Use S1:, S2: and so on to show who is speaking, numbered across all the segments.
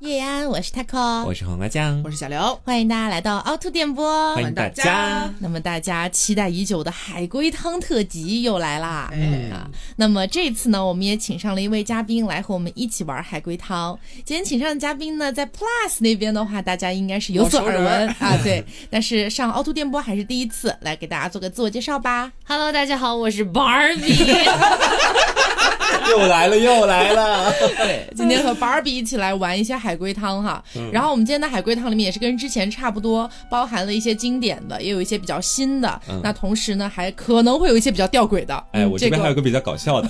S1: 叶安，我是 taco，
S2: 我是黄瓜酱
S3: 我，是小刘，
S1: 欢迎大家来到凹凸电波
S2: 欢。迎大家。
S1: 那么大家期待已久的海龟汤特辑又来啦！
S2: 嗯
S1: 啊，那么这次呢，我们也请上了一位嘉宾来和我们一起玩海龟汤。今天请上的嘉宾呢，在 Plus 那边的话，大家应该是有所耳闻啊，对。但是上凹凸电波还是第一次，来给大家做个自我介绍吧。
S4: Hello，大家好，我是 Barbie。
S2: 又来了，又来了。
S1: 今天和 Barbie 一起来玩一些海龟汤哈。
S2: 嗯
S1: 然后我们今天的海龟汤里面也是跟之前差不多，包含了一些经典的，也有一些比较新的。
S2: 嗯
S1: 那同时呢，还可能会有一些比较吊诡的。
S2: 哎，
S1: 嗯
S2: 我这
S1: 这
S2: 边还有
S1: 个
S2: 个比较搞笑的，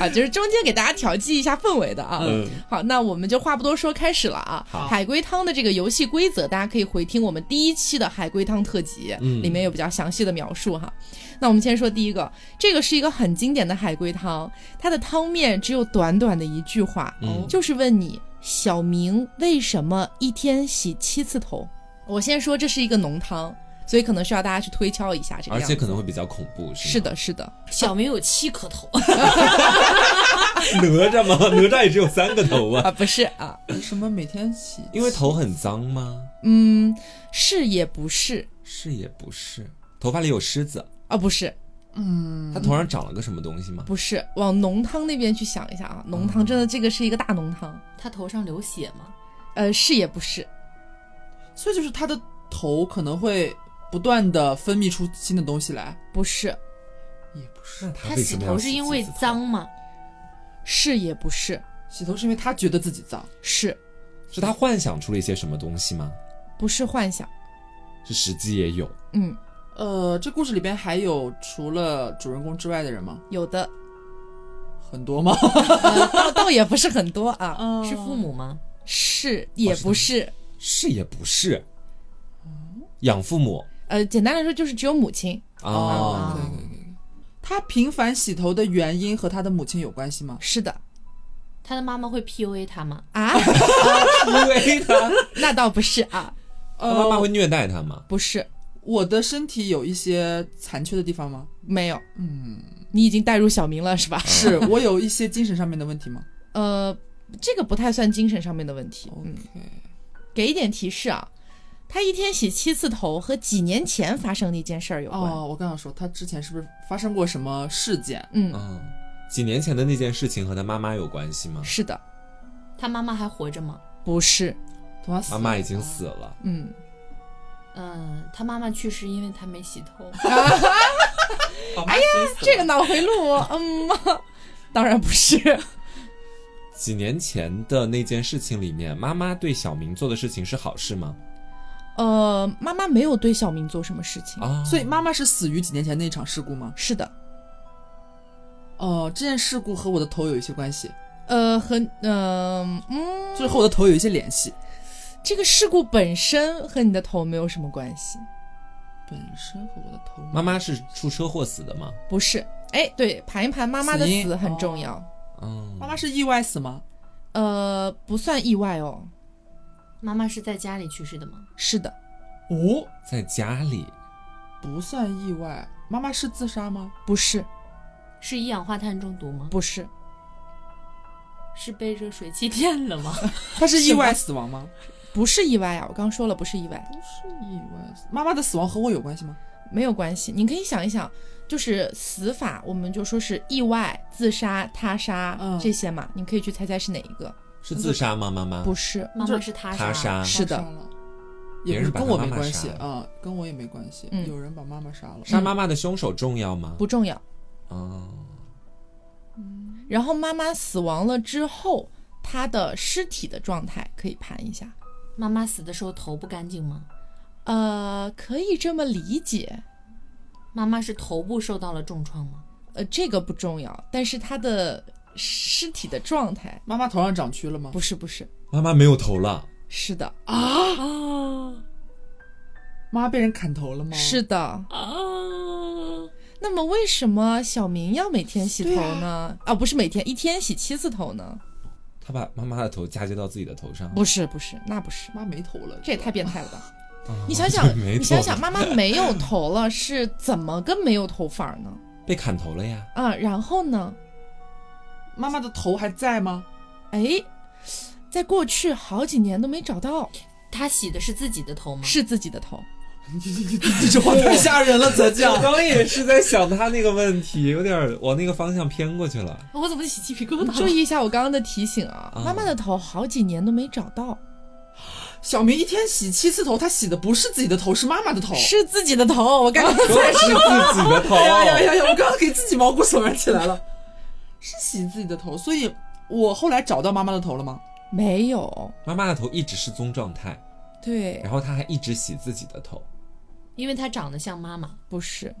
S1: 啊，就是中间给大家调剂一下氛围的啊。
S2: 嗯，
S1: 好，那我们就话不多说，开始了啊
S2: 好！
S1: 海龟汤的这个游戏规则，大家可以回听我们第一期的海龟汤特辑，
S2: 嗯
S1: 里面有比较详细的描述哈。那我们先说第一个，这个是一个很经典的海龟汤，它的汤面只有短短的一句话，
S2: 嗯
S1: 就是问你小明为什么一天洗七次头。我先说这是一个浓汤，所以可能需要大家去推敲一下这个
S2: 而
S1: 样
S2: 且
S1: 子。
S2: 可能会比较恐怖，
S1: 是
S2: 是吗
S1: 的，是的，
S4: 小明有七颗头，
S2: 哪吒吗？哪吒也只有三个头啊，
S1: 啊，不是啊，
S3: 为什么每天洗？
S2: 因为头很脏吗？
S1: 嗯，是也不是
S2: 是也不是，头发里有虱子，
S1: 啊，不是。
S3: 嗯，
S2: 他头上长了个什么东西吗？
S1: 不是，往浓汤那边去想一下啊，浓汤真的这个是一个大浓汤，
S4: 他头上流血吗？
S2: 啊
S1: 呃，是也不是？
S3: 所以就是他的头可能会不断的分泌出新的东西来，
S1: 不是，
S3: 也不是
S2: 那他
S4: 他
S2: 为
S4: 洗
S2: 什么要
S4: 头是因为
S2: 洗头
S4: 脏？吗？
S1: 是也不是？
S3: 洗头是因为他觉得自己脏，
S1: 是
S2: 是他幻想出了一些什么东西吗？
S1: 不是幻想？
S2: 是实际也有，
S1: 嗯，
S3: 呃，这故事里边还有除了主人公之外的人吗？
S1: 有的，
S3: 很多吗？
S1: 呃倒倒也不是很多啊，
S3: 嗯
S4: 是父母吗？
S1: 是也不是？
S2: 是也不是，养父母
S1: 呃，简单来说就是只有母亲，
S4: 哦
S2: 啊，
S3: 对对对对。他频繁洗头的原因和他的母亲有关系吗？
S1: 是的
S4: 他的妈妈会 PUA 他吗？
S1: 啊，
S2: 因为他
S1: 那倒不是啊，
S2: 他妈妈
S3: 呃，
S2: 会虐待他吗？
S1: 不是，
S3: 我的身体有一些残缺的地方吗？
S1: 没有，
S3: 嗯，
S1: 你已经带入小明了是吧？
S3: 是 我有一些精神上面的问题吗
S1: 呃，这个不太算精神上面的问题，嗯。
S3: ？OK，
S1: 给一点提示啊，他一天洗七次头和几年前发生的一件事儿有关。
S3: 哦，我刚想说，他之前是不是发生过什么事件？
S1: 嗯，
S2: 嗯，几年前的那件事情和他妈妈有关系吗？
S1: 是的，
S4: 他妈妈还活着吗？
S1: 不是，
S3: 头发死
S2: 妈
S3: 了
S2: 妈已经死了，
S1: 嗯，
S4: 嗯、他妈妈去世因为他没洗头。
S3: 哎呀，
S1: 这个脑回路， 嗯，当然不 是，
S2: 几年前的那件事情里面，妈妈对小明做的事情是好事吗？
S1: 呃，妈妈没有对小明做什么事情，
S2: 啊，
S3: 所以妈妈是死于几年前那一场事故吗？
S1: 是的，
S3: 哦、这件事故和我的头有一些关系，
S1: 呃，和嗯嗯，
S3: 就是和我的头有一些联系。
S1: 这个事故本身和你的头没有什么关系，
S3: 本身和我的头，
S2: 妈妈是出车祸死的吗？
S1: 不是，哎，对，盘一盘妈妈的
S3: 死因哦
S1: 死很重要，
S2: 嗯，
S3: 妈妈是意外死吗？
S1: 呃，不算意外哦，
S4: 妈妈是在家里去世的吗？
S1: 是的，
S3: 哦，
S2: 在家里，
S3: 不算意外。妈妈是自杀吗？
S1: 不是，
S4: 是一氧化碳中毒吗？
S1: 不是，
S4: 是被热水器电了吗？
S3: 她是意外死亡吗？
S1: 不是意外啊，我刚说了不是意外。
S3: 不是意外死。妈妈的死亡和我有关系吗？
S1: 没有关系，你可以想一想，就是死法，我们就说是意外、自杀、他杀、
S3: 嗯
S1: 这些嘛，你可以去猜猜是哪一个？
S2: 是自杀吗？妈妈
S1: 不是，
S4: 妈妈是他杀
S2: 他
S4: 的。
S2: 杀，
S1: 是的
S3: 她杀了，
S2: 别
S3: 也
S2: 人
S3: 不是
S2: 把
S3: 跟
S2: 她
S3: 我
S2: 妈
S3: 没
S2: 妈
S3: 关
S2: 杀
S3: 系
S2: 了
S3: 啊，跟我也没关系。
S1: 嗯
S3: 有人把妈妈杀了，
S2: 杀妈妈的凶手重要吗？
S1: 不重要。
S2: 啊，
S1: 然后妈妈死亡了之后，她的尸体的状态可以盘一下，
S4: 妈妈死的时候头不干净吗？
S1: 呃，可以这么理解，
S4: 妈妈是头部受到了重创吗？
S1: 呃，这个不重要，但是她的尸体的状态
S3: 妈妈头上长蛆了吗？
S1: 不是不是，
S2: 妈妈没有头了，
S1: 是的，
S4: 啊
S3: 妈妈被人砍头了吗？
S1: 是的。
S4: 啊！
S1: 那么为什么小明要每天洗头
S3: 对啊
S1: 呢？啊，不是每天，一天洗七次头呢？
S2: 他把妈妈的头嫁接到自己的头上，
S1: 不是不是，那不是。
S3: 妈没头了，
S1: 这也太变态了吧！
S2: 啊，
S1: 你想想
S2: 没
S1: 你想
S2: 头
S1: 想，妈妈没有头了，是怎么个没有头法呢？
S2: 被砍头了呀，
S1: 啊，然后呢？
S3: 妈妈的头还在吗？
S1: 哎，在过去好几年都没找到，
S4: 他洗的是自己的头吗？
S1: 是自己的头。
S3: 这句话太吓人了，咱
S2: 我
S3: 讲。
S2: 刚刚也是在想他那个问题，有点儿往那个方向偏过去 了。
S4: 我怎么起鸡皮疙
S1: 你
S4: 瘩
S1: 注
S4: 了？
S1: 意一下我刚刚的提醒啊，
S2: 啊
S1: 妈妈的头好几年都没找到，
S3: 小明一天洗七次头，他洗的不是自己的头，是妈妈的头。
S1: 是自己的头。我刚刚
S3: 哦
S2: 都是自己的头，
S3: 哎呀呀呀呀！我刚刚给自己毛骨悚然起来了，是洗自己的头，所以我后来找到妈妈的头了吗？
S1: 没有，
S2: 妈妈的头一直是棕状态，
S1: 对，
S2: 然后她还一直洗自己的头。
S4: 因为他长得像妈妈。
S1: 不是，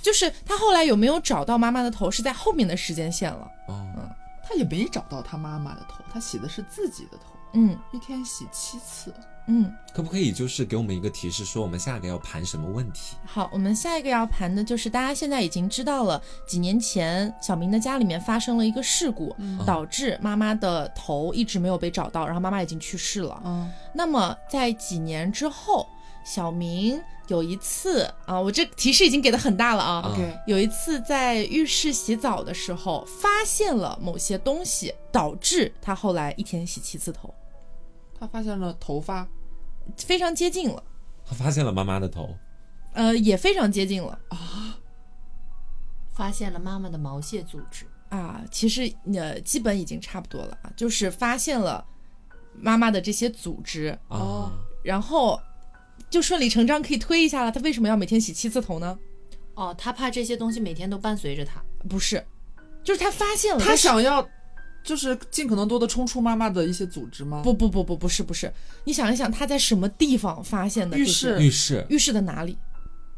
S1: 就是他后来有没有找到妈妈的头是在后面的时间线了。
S2: 哦，
S3: 他也没找到他妈妈的头，他洗的是自己的头，
S1: 嗯
S3: 一天洗七次。
S1: 嗯，
S2: 可不可以就是给我们一个提示，说我们下个要盘什么问题？
S1: 好，我们下一个要盘的就是大家现在已经知道了，几年前小明的家里面发生了一个事故，导致妈妈的头一直没有被找到，然后妈妈已经去世了。
S3: 嗯，
S1: 那么在几年之后，小明有一次啊，我这提示已经给的很大了啊。
S2: 啊
S3: OK
S1: 有一次在浴室洗澡的时候，发现了某些东西，导致他后来一天洗七次头，
S3: 他发现了头发
S1: 非常接近了，
S2: 她发现了妈妈的头，
S1: 呃，也非常接近了
S4: 发现了妈妈的毛屑组织，
S1: 啊。其实呃，基本已经差不多了啊，就是发现了妈妈的这些组织，
S2: 啊、
S3: 哦
S1: 然后就顺理成章可以推一下了，他为什么要每天洗七次头呢？
S4: 哦，他怕这些东西每天都伴随着他。
S1: 不是，就是他发现了，
S3: 他
S1: 但是
S3: 想要就是尽可能多的冲出妈妈的一些组织吗？
S1: 不不不不不是不是，你想一想，他在什么地方发现的？
S3: 浴
S1: 就是
S3: 室、
S2: 浴室
S1: 浴室的哪里？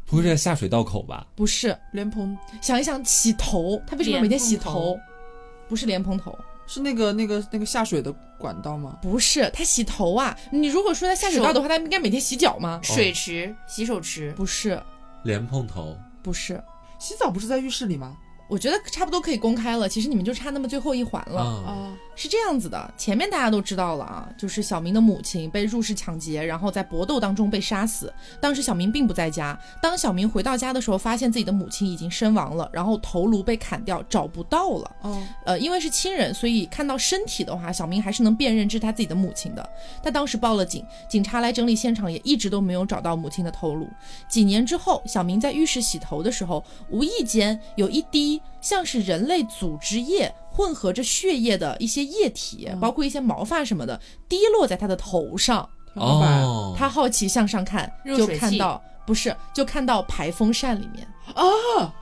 S2: 不会是在下水道口吧？
S1: 不是，
S3: 莲蓬
S1: 想一想洗头，他为什么
S4: 莲
S1: 每天洗
S4: 蓬
S1: 头？不是莲蓬头，
S3: 是那个那个那个下水的管道吗？
S1: 不是他洗头啊！你如果说在下水道的话，他应该每天洗脚吗？
S4: 水池、洗手池，
S1: 不是，
S2: 莲蓬头，
S1: 不是，
S3: 洗澡不是在浴室里吗？
S1: 我觉得差不多可以公开了。其实你们就差那么最后一环了。
S2: 啊、
S3: 啊，
S1: 是这样子的，前面大家都知道了啊，就是小明的母亲被入室抢劫，然后在搏斗当中被杀死。当时小明并不在家，当小明回到家的时候，发现自己的母亲已经身亡了，然后头颅被砍掉，找不到了。
S3: 哦，
S1: 呃，因为是亲人，所以看到身体的话，小明还是能辨认这是他自己的母亲的。他当时报了警，警察来整理现场，也一直都没有找到母亲的头颅。几年之后，小明在浴室洗头的时候，无意间有一滴像是人类组织液混合着血液的一些液体，
S4: 嗯
S1: 包括一些毛发什么的，滴落在他的头上。
S3: 天花嗯板
S2: 哦，
S1: 他好奇向上看，
S4: 热
S1: 就
S4: 水
S1: 看
S4: 器
S1: 到不是，就看到排风扇里面
S3: 啊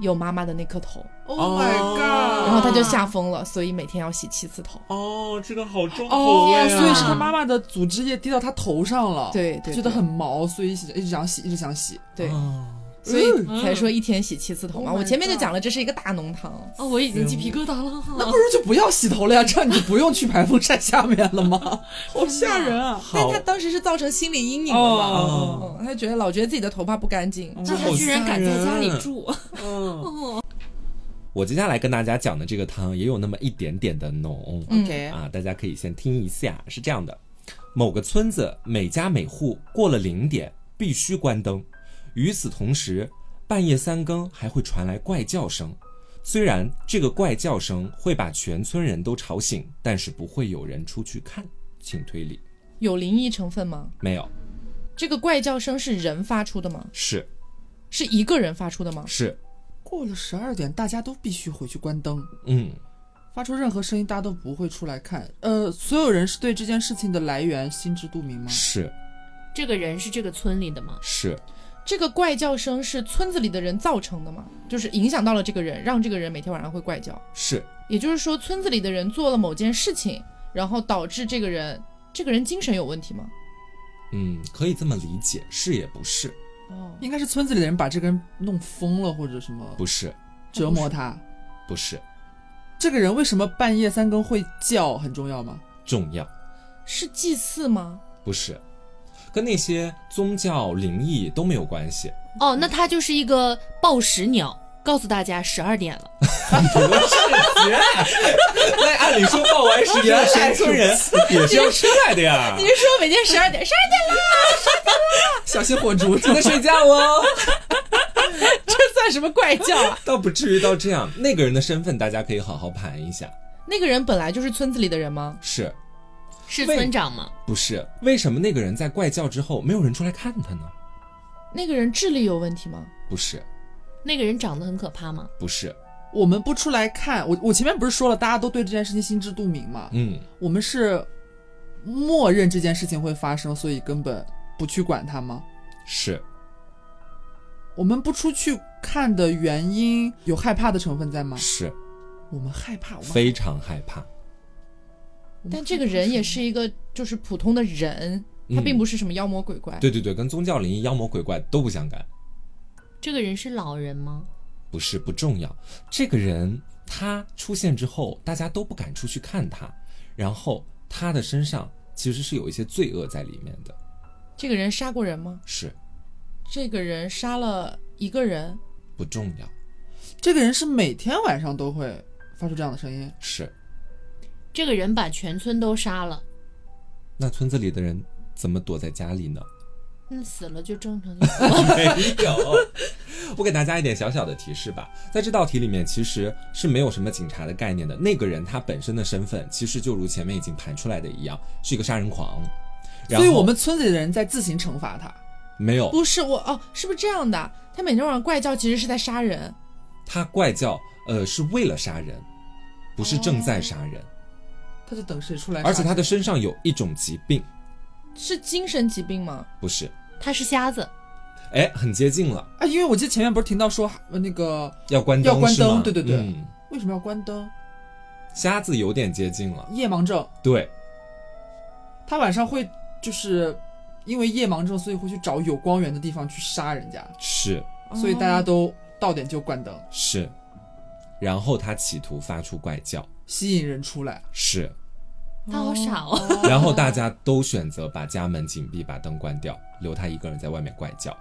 S1: 有妈妈的那颗头，
S3: ，Oh my
S2: 哦
S3: god！
S1: 然后他就
S4: 啊
S1: 吓疯了，所以每天要洗七次头。
S2: 哦，这个好重
S3: 哦，
S4: 啊
S3: 所以是他妈妈的组织液滴到他头上了，
S1: 对对
S3: 觉得
S1: 对
S3: 很毛，所以一直一直想洗，一直想洗。
S1: 对，
S2: 哦
S1: 所以才说一天洗七次头嘛。
S3: Oh my
S1: 我前面就
S3: God
S1: 讲了，这是一个大浓汤。
S4: 哦，我已经鸡皮疙瘩
S3: 那
S4: 了。
S3: 不如就不要洗头了呀，这样你就不用去排风扇下面了吗？ 好吓人啊！
S1: 但
S2: 好
S1: 他，当时是造成心理阴影了嘛？
S2: 哦
S1: 嗯，他觉得老觉得自己的头发不干净。
S4: 那他居然敢在家里住，啊
S2: 嗯，我接下来跟大家讲的这个汤也有那么一点点的浓，
S3: OK
S2: 啊，大家可以先听一下，是这样的：某个村子每家每户过了零点必须关灯，与此同时，半夜三更还会传来怪叫声。虽然这个怪叫声会把全村人都吵醒，但是不会有人出去看。请推理，
S1: 有灵异成分吗？
S2: 没有，
S1: 这个怪叫声是人发出的吗？
S2: 是
S1: 是一个人发出的吗？
S2: 是，
S3: 过了十二点，大家都必须回去关灯，
S2: 嗯，
S3: 发出任何声音，大家都不会出来看。呃，所有人是对这件事情的来源心知肚明吗？
S2: 是
S4: 这个人是这个村里的吗？
S2: 是，
S1: 这个怪叫声是村子里的人造成的吗？就是影响到了这个人，让这个人每天晚上会怪叫。
S2: 是
S1: 也就是说，村子里的人做了某件事情，然后导致这个人，这个人精神有问题吗？
S2: 嗯，可以这么理解，是也不是，
S1: 哦，
S3: 应该是村子里的人把这个人弄疯了，或者什么
S2: 不是，
S3: 折磨他。
S2: 不是
S3: 这个人为什么半夜三更会叫很重要吗？
S2: 重要，
S1: 是祭祀吗？
S2: 不是，跟那些宗教灵异都没有关系，
S4: 哦，那他就是一个报时鸟，告诉大家十二点了。
S2: 不是姐。啊 那按理说报完时间，全村人也是要出来的呀
S1: 哎你，是说每天十二 点，十二
S3: 小心火烛！
S2: 准备睡觉喽。
S1: 哦点这算什么怪叫啊？啊
S2: 倒不至于到这样，那个人的身份大家可以好好盘一下。
S1: 那个人本来就是村子里的人吗？
S2: 是
S4: 是
S2: 喂
S4: 村长吗？
S2: 不是？为什么那个人在怪叫之后没有人出来看他呢？
S1: 那个人智力有问题吗？
S2: 不是，
S4: 那个人长得很可怕吗？
S2: 不是，
S3: 我们不出来看，我我前面不是说了，大家都对这件事情心知肚明嘛，
S2: 嗯，
S3: 我们是默认这件事情会发生，所以根本不去管它吗？
S2: 是
S3: 我们不出去看的原因有害怕的成分在吗？
S2: 是，
S3: 我们害怕，我们
S2: 非常害怕。
S3: 我们
S1: 但这个人也是一个就是普通的人，他
S2: 嗯
S1: 并不是什么妖魔鬼怪。
S2: 对对对，跟宗教、灵异、妖魔、鬼怪都不相干，
S4: 这个人是老人吗？
S2: 不是不重要。这个人他出现之后，大家都不敢出去看他，然后他的身上其实是有一些罪恶在里面的，
S1: 这个人杀过人吗？
S2: 是
S1: 这个人杀了一个人，
S2: 不重要，
S3: 这个人是每天晚上都会发出这样的声音，
S2: 是
S4: 这个人把全村都杀了，
S2: 那村子里的人怎么躲在家里呢？
S4: 那死了就正常就 死
S2: 没有。 我给大家一点小小的提示吧，在这道题里面其实是没有什么警察的概念的。那个人他本身的身份其实就如前面已经盘出来的一样，是一个杀人狂。然
S3: 所
S2: 后
S3: 以我们村子里的人在自行惩罚他。
S2: 没有
S1: 不是我哦，是不是这样的？他每天晚上怪叫，其实是在杀人。
S2: 他怪叫，呃，是为了杀人，不是正在杀人，
S3: 他就等谁出来哦杀？
S2: 而且他的身上有一种疾病，
S1: 是精神疾病吗？
S2: 不是？
S4: 他是瞎子，
S2: 哎，很接近了，
S3: 啊，因为我记得前面不是听到说呃那个
S2: 要关灯，
S3: 要关
S2: 是吗
S3: 灯对对对
S2: 嗯
S3: 为什么要关灯？
S2: 瞎子有点接近了，
S3: 夜盲症，
S2: 对，
S3: 他晚上会就是因为夜盲症，所以会去找有光源的地方去杀人家，
S2: 是
S3: 所以大家
S1: 哦
S3: 都到点就关灯，
S2: 是，然后他企图发出怪叫，
S3: 吸引人出来。。
S2: 是。
S4: 他好傻哦。
S2: 然后大家都选择把家门紧闭，把灯关掉，留他一个人在外面怪叫，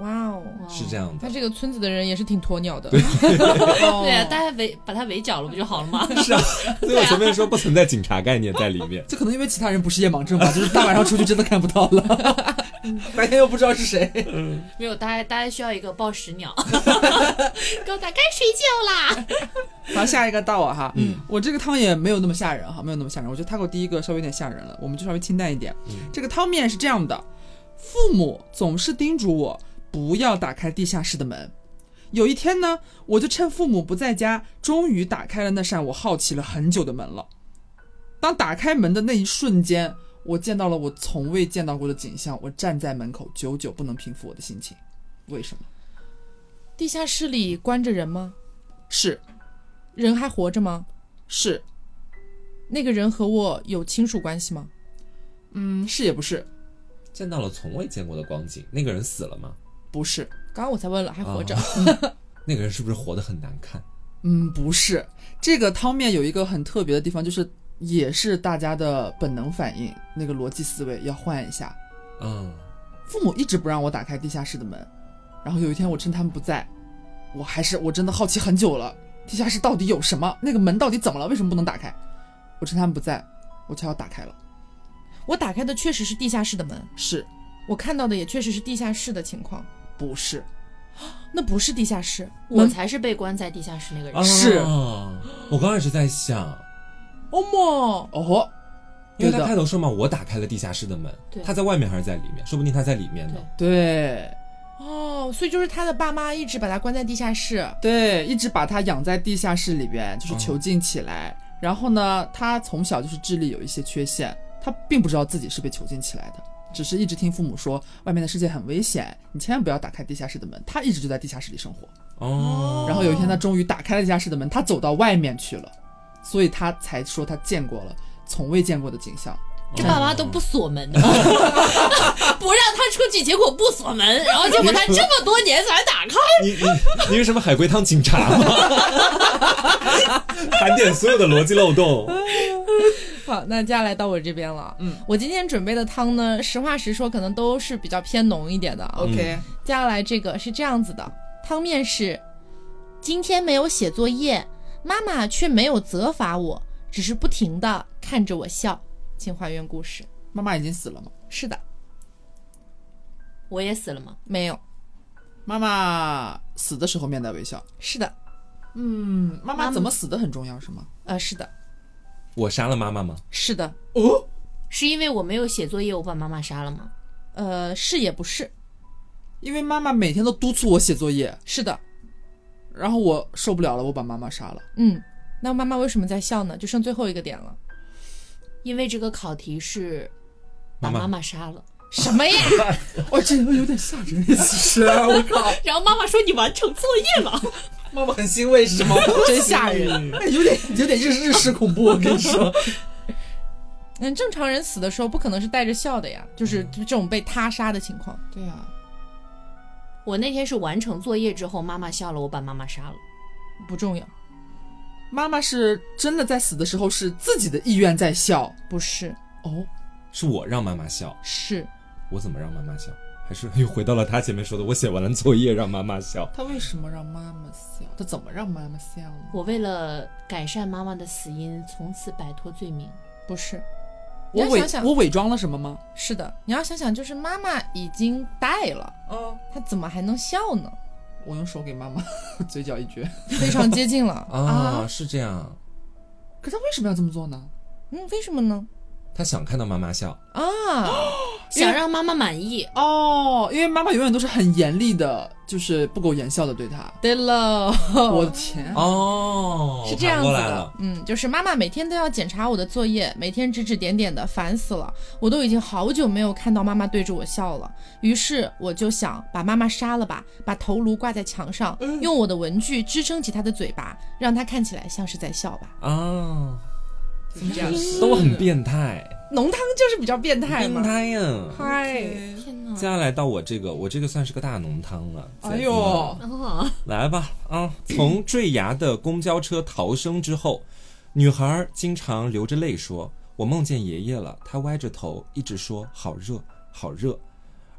S1: 哇哦，
S2: 是这样
S1: 他
S2: 的。
S1: 这个村子的人也是挺鸵鸟的。
S4: 对
S2: 哦
S4: 啊，大家围把他围剿了不就好了吗？
S2: 是啊，所以我前面说不存在警察概念在里面
S3: 这可能因为其他人不是夜盲症吧，就是大晚上出去真的看不到了， 白天又不知道是谁。
S4: 没有，大家大家需要一个报时 鸟，告诉他该睡觉啦。
S3: 好，下一个到我哈，嗯，我这个汤也没有那么吓人哈，没有那么吓人，我觉得 taco 第一个稍微有点吓人了，我们就稍微清淡一点。这个汤面是这样的，父母总是叮嘱我不要打开地下室的门。有一天呢，我就趁父母不在家，终于打开了那扇我好奇了很久的门了。当打开门的那一瞬间，我见到了我从未见到过的景象，我站在门口，久久不能平复我的心情。为什么？
S1: 地下室里关着人吗？
S3: 是
S1: 人还活着吗？
S3: 是，
S1: 那个人和我有亲属关系吗？
S3: 嗯，是也不是，
S2: 见到了从未见过的光景，那个人死了吗？
S3: 不是。
S1: 刚刚我才问了，还活着。
S2: 那个人是不是活得很难看？
S3: 嗯，不是，这个汤面有一个很特别的地方，就是也是大家的本能反应，那个逻辑思维要换一下。
S2: 嗯，
S3: 父母一直不让我打开地下室的门，然后有一天我趁他们不在，我还是我真的好奇很久了，地下室到底有什么？那个门到底怎么了？为什么不能打开？我趁他们不在，我悄悄打开了。
S1: 我打开的确实是地下室的门，
S3: 是
S1: 我看到的也确实是地下室的情况。
S3: 不是？
S1: 那不是地下室，
S4: 我
S1: 门
S4: 才是被关在地下室那个人。
S3: 是
S2: 啊我刚开始在想，
S1: 哦莫，
S3: 哦吼，
S2: 因为
S3: 对
S2: 他
S3: 的
S2: 开头说嘛，我打开了地下室的门
S4: 对，
S2: 他在外面还是在里面？说不定他在里面呢。
S3: 对
S1: 哦，所以就是他的爸妈一直把他关在地下室。
S3: 对，一直把他养在地下室里边，就是囚禁起来。然后呢，他从小就是智力有一些缺陷，他并不知道自己是被囚禁起来的，只是一直听父母说外面的世界很危险，你千万不要打开地下室的门。他一直就在地下室里生活。
S2: 哦，
S3: 然后有一天，他终于打开了地下室的门，他走到外面去了，所以他才说他见过了从未见过的景象。
S4: 这爸妈都不锁 门的，不让他出去，结果不锁门，然后结果他这么多年才打开。
S2: 你你你是什么海龟汤警察吗？ 盘点所有的逻辑漏洞。
S1: 好，那接下来到我这边了。嗯，我今天准备的汤呢，实话实说，可能都是比较偏浓一点的啊。
S2: OK
S3: 嗯
S1: 接下来这个是这样子的，汤面是：今天没有写作业，妈妈却没有责罚我，只是不停的看着我笑。请还原故事。
S3: 妈妈已经死了吗？
S1: 是的，
S4: 我也死了吗？
S1: 没有。
S3: 妈妈死的时候面带微笑。
S1: 是的，
S3: 嗯，妈妈怎么死的很重要是吗？
S1: 呃，是的，
S2: 我杀了妈妈吗？
S1: 是的，
S3: 哦，
S4: 是因为我没有写作业，我把妈妈杀了吗？
S1: 呃，是也不是，
S3: 因为妈妈每天都督促我写作业，
S1: 是的，
S3: 然后我受不了了，我把妈妈 杀了。
S1: 嗯。那妈妈为什么在笑呢？就剩最后一个点了。
S4: 因为这个考题是把
S2: 妈妈
S4: 妈妈杀了，
S1: 什么呀？
S3: 哦，这有点吓 人，其实
S1: 啊
S3: 我靠，
S4: 然后妈妈说你完成作业了，
S3: 妈妈很欣慰是吗？
S1: 真吓人！
S3: 哎有点有点日日式恐怖，我跟你说。
S1: 嗯，正常人死的时候不可能是带着笑的呀，
S3: 嗯
S1: 就是这种被他杀的情况。
S3: 对啊，
S4: 我那天是完成作业之后，妈妈笑了，我把妈妈杀了。
S1: 不重要，
S3: 妈妈是真的在死的时候是自己的意愿在笑
S1: 不是，
S3: 哦，
S2: 是我让妈妈笑，
S1: 是
S2: 我怎么让妈妈笑？还是又回到了他前面说的，我写完了作业让妈妈笑。
S3: 她为什么让妈妈笑？她怎么让妈妈笑呢？
S4: 我为了改善妈妈的死因，从此摆脱罪名。
S1: 不是？你
S3: 我
S1: 要
S3: 伪
S1: 想想
S3: 我伪装了什么吗？
S1: 是的，你要想想，就是妈妈已经带了，
S3: 嗯，
S1: 她怎么还能笑呢？
S3: 我用手给妈妈 嘴角一撅。
S1: 非常接近 了
S2: 啊，！是这样，
S3: 可她为什么要这么做呢？
S1: 嗯，为什么呢？
S2: 他想看到妈妈笑，
S1: 啊，
S4: 想让妈妈满意，
S3: 哦，因为妈妈永远都是很严厉的，就是不苟言笑的对她。
S1: 对喽，
S3: 我的天啊，
S2: 哦，
S1: 是这样
S2: 我
S1: 子
S2: 反过来了
S1: 的，，嗯，就是妈妈每天都要检查我的作业，每天指指点点的，烦死了。我都已经好久没有看到妈妈对着我笑了，于是我就想把妈妈杀了吧，把头颅挂在墙上，用我的文具支撑起她的嘴巴，让她看起来像是在笑吧。
S2: 啊，
S1: 就是这样，
S2: 都很变态，
S1: 浓汤就是比较变态
S2: 变
S1: 嘛。
S2: 态呀！
S1: 嗨，
S4: 天哪
S2: 接！下来到我这个，我这个算是个大浓汤了。
S3: 哎呦，
S4: 啊，
S2: 来吧，啊！从坠崖的公交车逃生之后，女孩经常流着泪说：“我梦见爷爷了。”她歪着头一直说：“好热，好热。”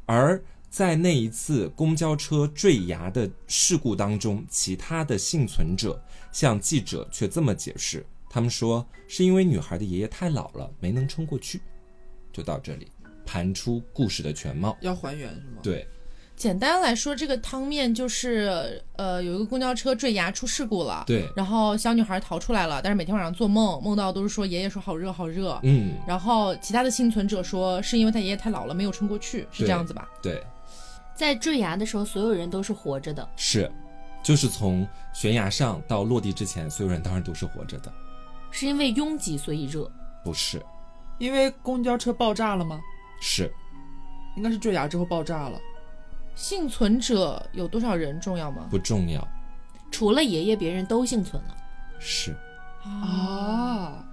S2: 而在那一次公交车坠崖的事故当中，其他的幸存者向记者却这么解释：他们说是因为女孩的爷爷太老了，没能撑过去。就到这里，盘出故事的全貌。
S3: 要还原是吗？
S2: 对，
S1: 简单来说，这个汤面就是，呃，有一个公交车坠崖出事故了，
S2: 对
S1: 然后小女孩逃出来了，但是每天晚上做梦，梦到都是说爷爷说好热好热，
S2: 嗯，
S1: 然后其他的幸存者说是因为他爷爷太老了没有撑过去，是这样子吧？
S2: 对。
S4: 在坠崖的时候，所有人都是活着的。
S2: 是，就是从悬崖上到落地之前，所有人当然都是活着的，
S4: 是因为拥挤所以热，
S2: 不是？
S3: 因为公交车爆炸了吗？
S2: 是
S3: 应该是坠崖之后爆炸了。
S1: 幸存者有多少人重要吗？
S2: 不重要，
S4: 除了爷爷，别人都幸存了。
S2: 是
S3: 啊，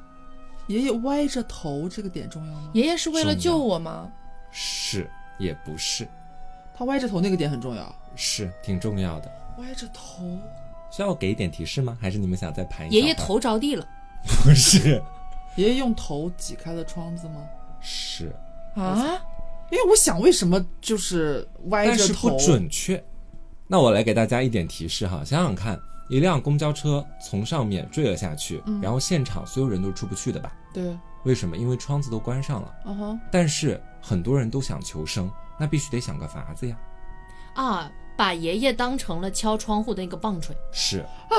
S3: 爷爷歪着头这个点重要吗？
S1: 爷爷是为了
S2: 重
S1: 救
S2: 要
S1: 我吗？
S2: 是也不是，
S3: 他歪着头那个点很重要。
S2: 是挺重要的。
S3: 歪着头，
S2: 需要我给一点提示吗？还是你们想再盘一下？
S4: 爷爷头着地了，
S2: 不是，
S3: 爷爷用头挤开了窗子吗？
S2: 是，
S1: 啊，
S3: 因为我想，为什么就是歪
S2: 但
S3: 着
S2: 是
S3: 头？
S2: 不准确。那我来给大家一点提示哈，想想看，一辆公交车从上面坠了下去，
S4: 嗯
S2: 然后现场所有人都出不去的吧？
S3: 对，
S2: 为什么？因为窗子都关上了。
S3: 嗯哼，
S2: 但是很多人都想求生，那必须得想个法子呀。
S4: 啊，把爷爷当成了敲窗户的那个棒槌。
S2: 是啊，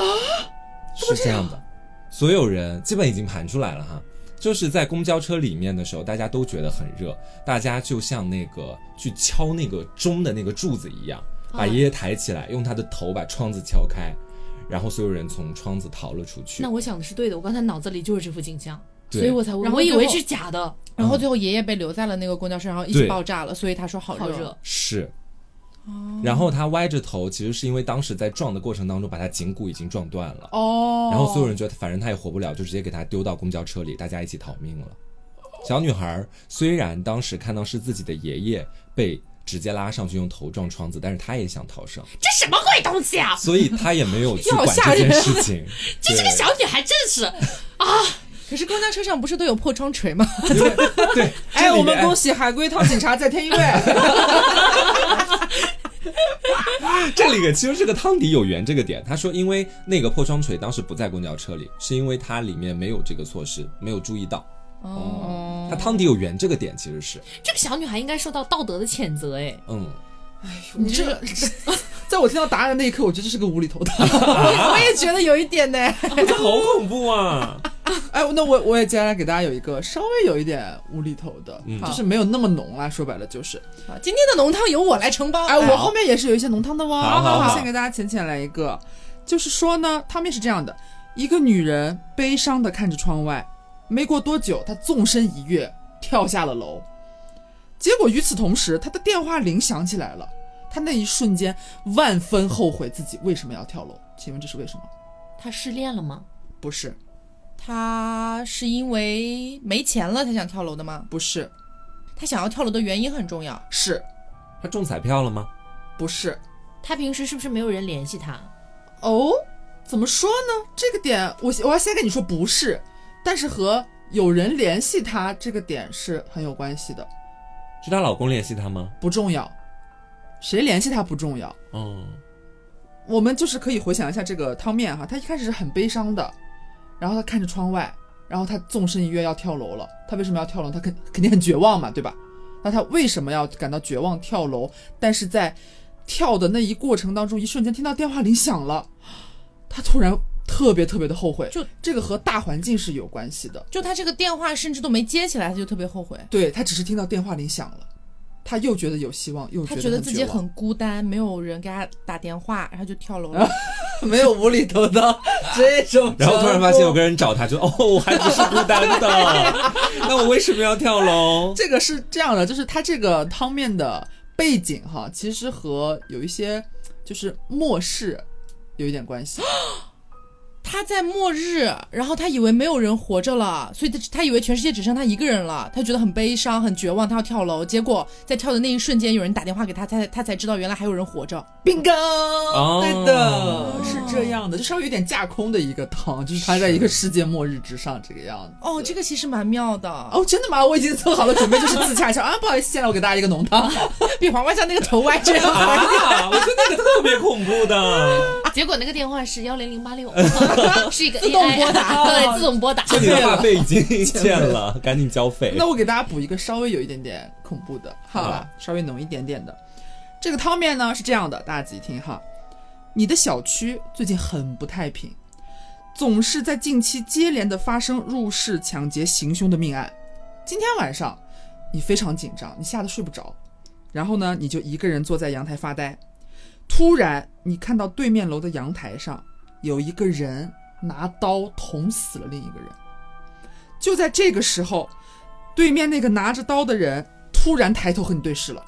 S2: 是这样的，所有人基本已经盘出来了哈。就是在公交车里面的时候，大家都觉得很热，大家就像那个去敲那个钟的那个柱子一样，
S4: 啊
S2: 把爷爷抬起来，用他的头把窗子敲开，然后所有人从窗子逃了出去
S4: 那。我想的是对的，我刚才脑子里就是这幅景象，
S2: 对
S4: 所以我才
S1: 然
S4: 问，
S1: 后
S4: 我以
S1: 最
S4: 为
S1: 后
S4: 是假的，
S1: 然后最后爷爷被留在了那个公交车上，一
S2: 对
S1: 起爆炸了，所以他说好
S4: 好
S1: 热。
S4: 热。
S2: 是。
S4: 哦
S2: 然后他歪着头，其实是因为当时在撞的过程当中，把他颈骨已经撞断了。
S3: 哦，
S2: 然后所有人觉得反正他也活不了，就直接给他丢到公交车里，大家一起逃命了。小女孩虽然当时看到是自己的爷爷被直接拉上去用头撞窗子，但是她也想逃生，
S4: 这什么鬼东西啊！
S2: 所以她也没有去
S1: 要
S2: 管
S1: 吓
S2: 这件
S1: 人
S2: 事情。
S4: 这是个小女孩，真 是
S1: 可是公交车上不是都有破窗锤吗？
S2: 对对，这
S3: 哎，
S2: 里
S3: 我们
S2: 面
S3: 恭喜海龟汤警察再添一 位。
S2: 哎这里个其实是个汤底有缘这个点，他说因为那个破窗锤当时不在公交车里，是因为它里面没有这个措施，没有注意到。
S1: 哦，
S2: 他汤底有缘这个点其实是，
S4: 这个小女孩应该受到道德的谴责哎。
S2: 嗯，
S3: 你这个在我听到答案的那一刻，我觉得这是个无厘头的。
S1: 我也觉得有一点呢。
S2: 这好恐怖啊！
S3: 哎，那我我也接下来给大家有一个稍微有一点无厘头的，
S2: 嗯
S3: 就是没有那么浓啦。说白了就是，
S1: 好今天的浓汤由我来承包。
S3: 哎，我后面也是有一些浓汤的哇、
S2: 好好好
S3: 我先给大家浅浅来一个，就是说呢，汤面是这样的：一个女人悲伤的看着窗外，没过多久，她纵身一跃跳下了楼。结果与此同时，她的电话铃响起来了。她那一瞬间万分后悔自己为什么要跳楼，请问这是为什么？
S4: 他失恋了吗？
S3: 不是，
S1: 他是因为没钱了才想跳楼的吗？
S3: 不是，
S1: 他想要跳楼的原因很重要。
S3: 是
S2: 他中彩票了吗？
S3: 不是？
S4: 他平时是不是没有人联系他？
S3: 哦，怎么说呢？这个点我我要先跟你说不是，但是和有人联系他这个点是很有关系的，
S2: 是她老公联系她吗？
S3: 不重要，谁联系他不重要。
S2: 哦，，
S3: 我们就是可以回想一下这个汤面哈，他一开始是很悲伤的，然后他看着窗外，然后他纵身一跃要跳楼了。他为什么要跳楼？他肯肯定很绝望嘛，对吧？那他为什么要感到绝望跳楼？但是在跳的那一过程当中，一瞬间听到电话铃响了，他突然特别特别的后悔，
S1: 就
S3: 这个和大环境是有关系的。
S1: 就他这个电话甚至都没接起来，他就特别后悔。
S3: 对他只是听到电话铃响了，他又觉得有希望，又
S1: 他
S3: 觉
S1: 觉得自己
S3: 绝望
S1: 很孤单，没有人给他打电话，然后就跳楼 了。
S3: 没有无厘头的这种
S2: 然后突然发现有
S3: 个。
S2: 个人找她，就哦，我还不是孤单的，那我为什么要跳楼？
S3: 这个是这样的，就是它这个汤面的背景哈，其实和有一些就是末世有一点关系。
S1: 他在末日，然后他以为没有人活着了，所以他他以为全世界只剩他一个人了，他觉得很悲伤、很绝望，他要跳楼。结果在跳的那一瞬间，有人打电话给他，他才他才知道原来还有人活着。
S3: bingo，、
S2: 哦
S3: 对的，是这样的，就稍微有点架空的一个汤，就是它在一个世界末日之上这个样子。
S1: 哦，这个其实蛮妙的，
S3: 哦，真的吗？我已经做好了准备，就是自洽一下啊。不好意思，现在我给大家一个浓汤，
S1: 比黄瓜酱那个头歪着。
S2: 啊！我觉得那个特别恐怖的，
S4: 结果那个电话是幺零零八六，是一个 AI,
S1: 自动拨打
S4: 对，自动拨打。
S2: 就你的话费已经欠了，赶紧交费。
S3: 那我给大家补一个稍微有一点点恐怖的，好吧，稍微浓一点点的。这个汤面呢是这样的，大家仔细听哈。你的小区最近很不太平，总是在近期接连的发生入室抢劫、行凶的命案。今天晚上你非常紧张，你吓得睡不着，然后呢，你就一个人坐在阳台发呆。突然，你看到对面楼的阳台上有一个人拿刀捅死了另一个人。就在这个时候，对面那个拿着刀的人突然抬头和你对视了，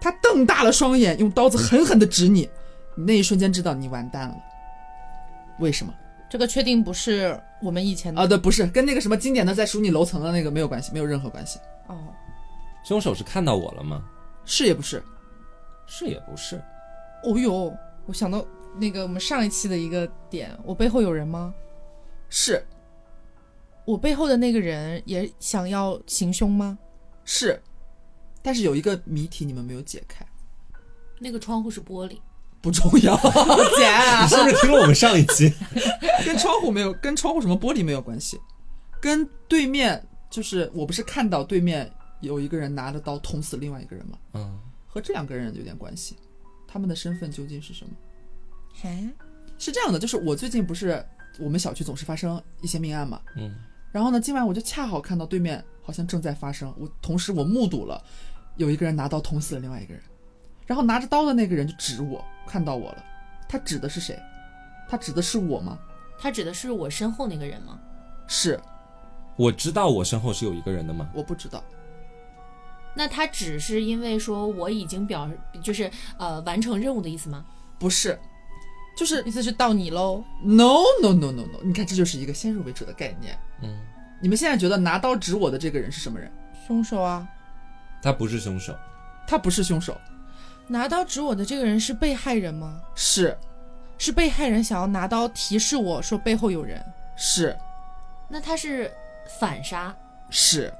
S3: 他瞪大了双眼，用刀子狠狠地指你。你那一瞬间知道你完蛋了。为什么？
S1: 这个确定不是我们以前的
S3: 啊，对，不是跟那个什么经典的在数你楼层的那个没有关系，没有任何关系。
S1: 哦，
S2: 凶手是看到我了吗？
S3: 是也不是？
S2: 是也不是，
S1: 哦哟，我想到那个我们上一期的一个点，我背后有人吗？
S3: 是
S1: 我背后的那个人也想要行凶吗？
S3: 是，但是有一个谜题你们没有解开，
S4: 那个窗户是玻璃，
S3: 不重要，姐、
S2: 你是不啊是听了我们上一期？
S3: 跟窗户没有，跟窗户什么玻璃没有关系，跟对面就是我不是看到对面有一个人拿着刀捅死另外一个人吗？
S2: 嗯，
S3: 和这两个人有点关系，他们的身份究竟是什么？
S1: 哎，
S3: 是这样的，就是我最近不是我们小区总是发生一些命案嘛，
S2: 嗯，
S3: 然后呢，今晚我就恰好看到对面好像正在发生，我同时我目睹了有一个人拿刀捅死了另外一个人，然后拿着刀的那个人就指我，看到我了，他指的是谁？他指的是我吗？
S4: 他指的是我身后那个人吗？
S3: 是，
S2: 我知道我身后是有一个人的吗？
S3: 我不知道。
S4: 那他只是因为说我已经表就是呃完成任务的意思吗？
S3: 不是，就是
S1: 意思是到你喽？
S3: no no no no no，你看这就是一个先入为主的概念。
S2: 嗯，
S3: 你们现在觉得拿刀指我的这个人是什么人？
S1: 凶手啊！
S2: 他不是凶手，
S3: 他不是凶手，
S1: 拿刀指我的这个人是被害人吗？
S3: 是
S1: 是被害人想要拿刀提示我说背后有人，
S3: 是
S4: 那他是反杀，
S3: 是。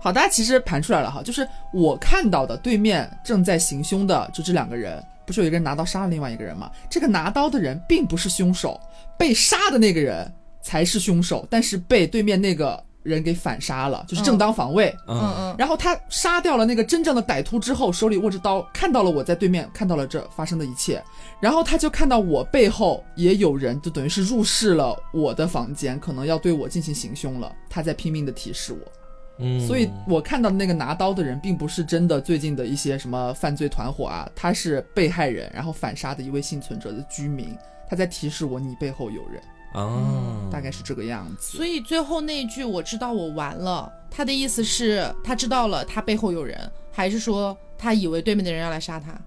S3: 好，大家其实盘出来了哈，就是我看到的对面正在行凶的就这两个人，不是有一个人拿刀杀了另外一个人吗？这个拿刀的人并不是凶手，被杀的那个人才是凶手，但是被对面那个人给反杀了，就是正当防卫。
S1: 嗯嗯
S3: 然后他杀掉了那个真正的歹徒之后，手里握着刀，看到了我在对面，看到了这发生的一切，然后他就看到我背后也有人，就等于是入室了我的房间，可能要对我进行行凶了。他在拼命的提示我，
S2: 嗯，
S3: 所以我看到的那个拿刀的人，并不是真的最近的一些什么犯罪团伙啊，他是被害人，然后反杀的一位幸存者的居民，他在提示我你背后有人，
S2: 啊，
S3: 大概是这个样子。
S1: 所以最后那一句我知道我完了，他的意思是他知道了他背后有人，还是说他以为对面的人要来杀他？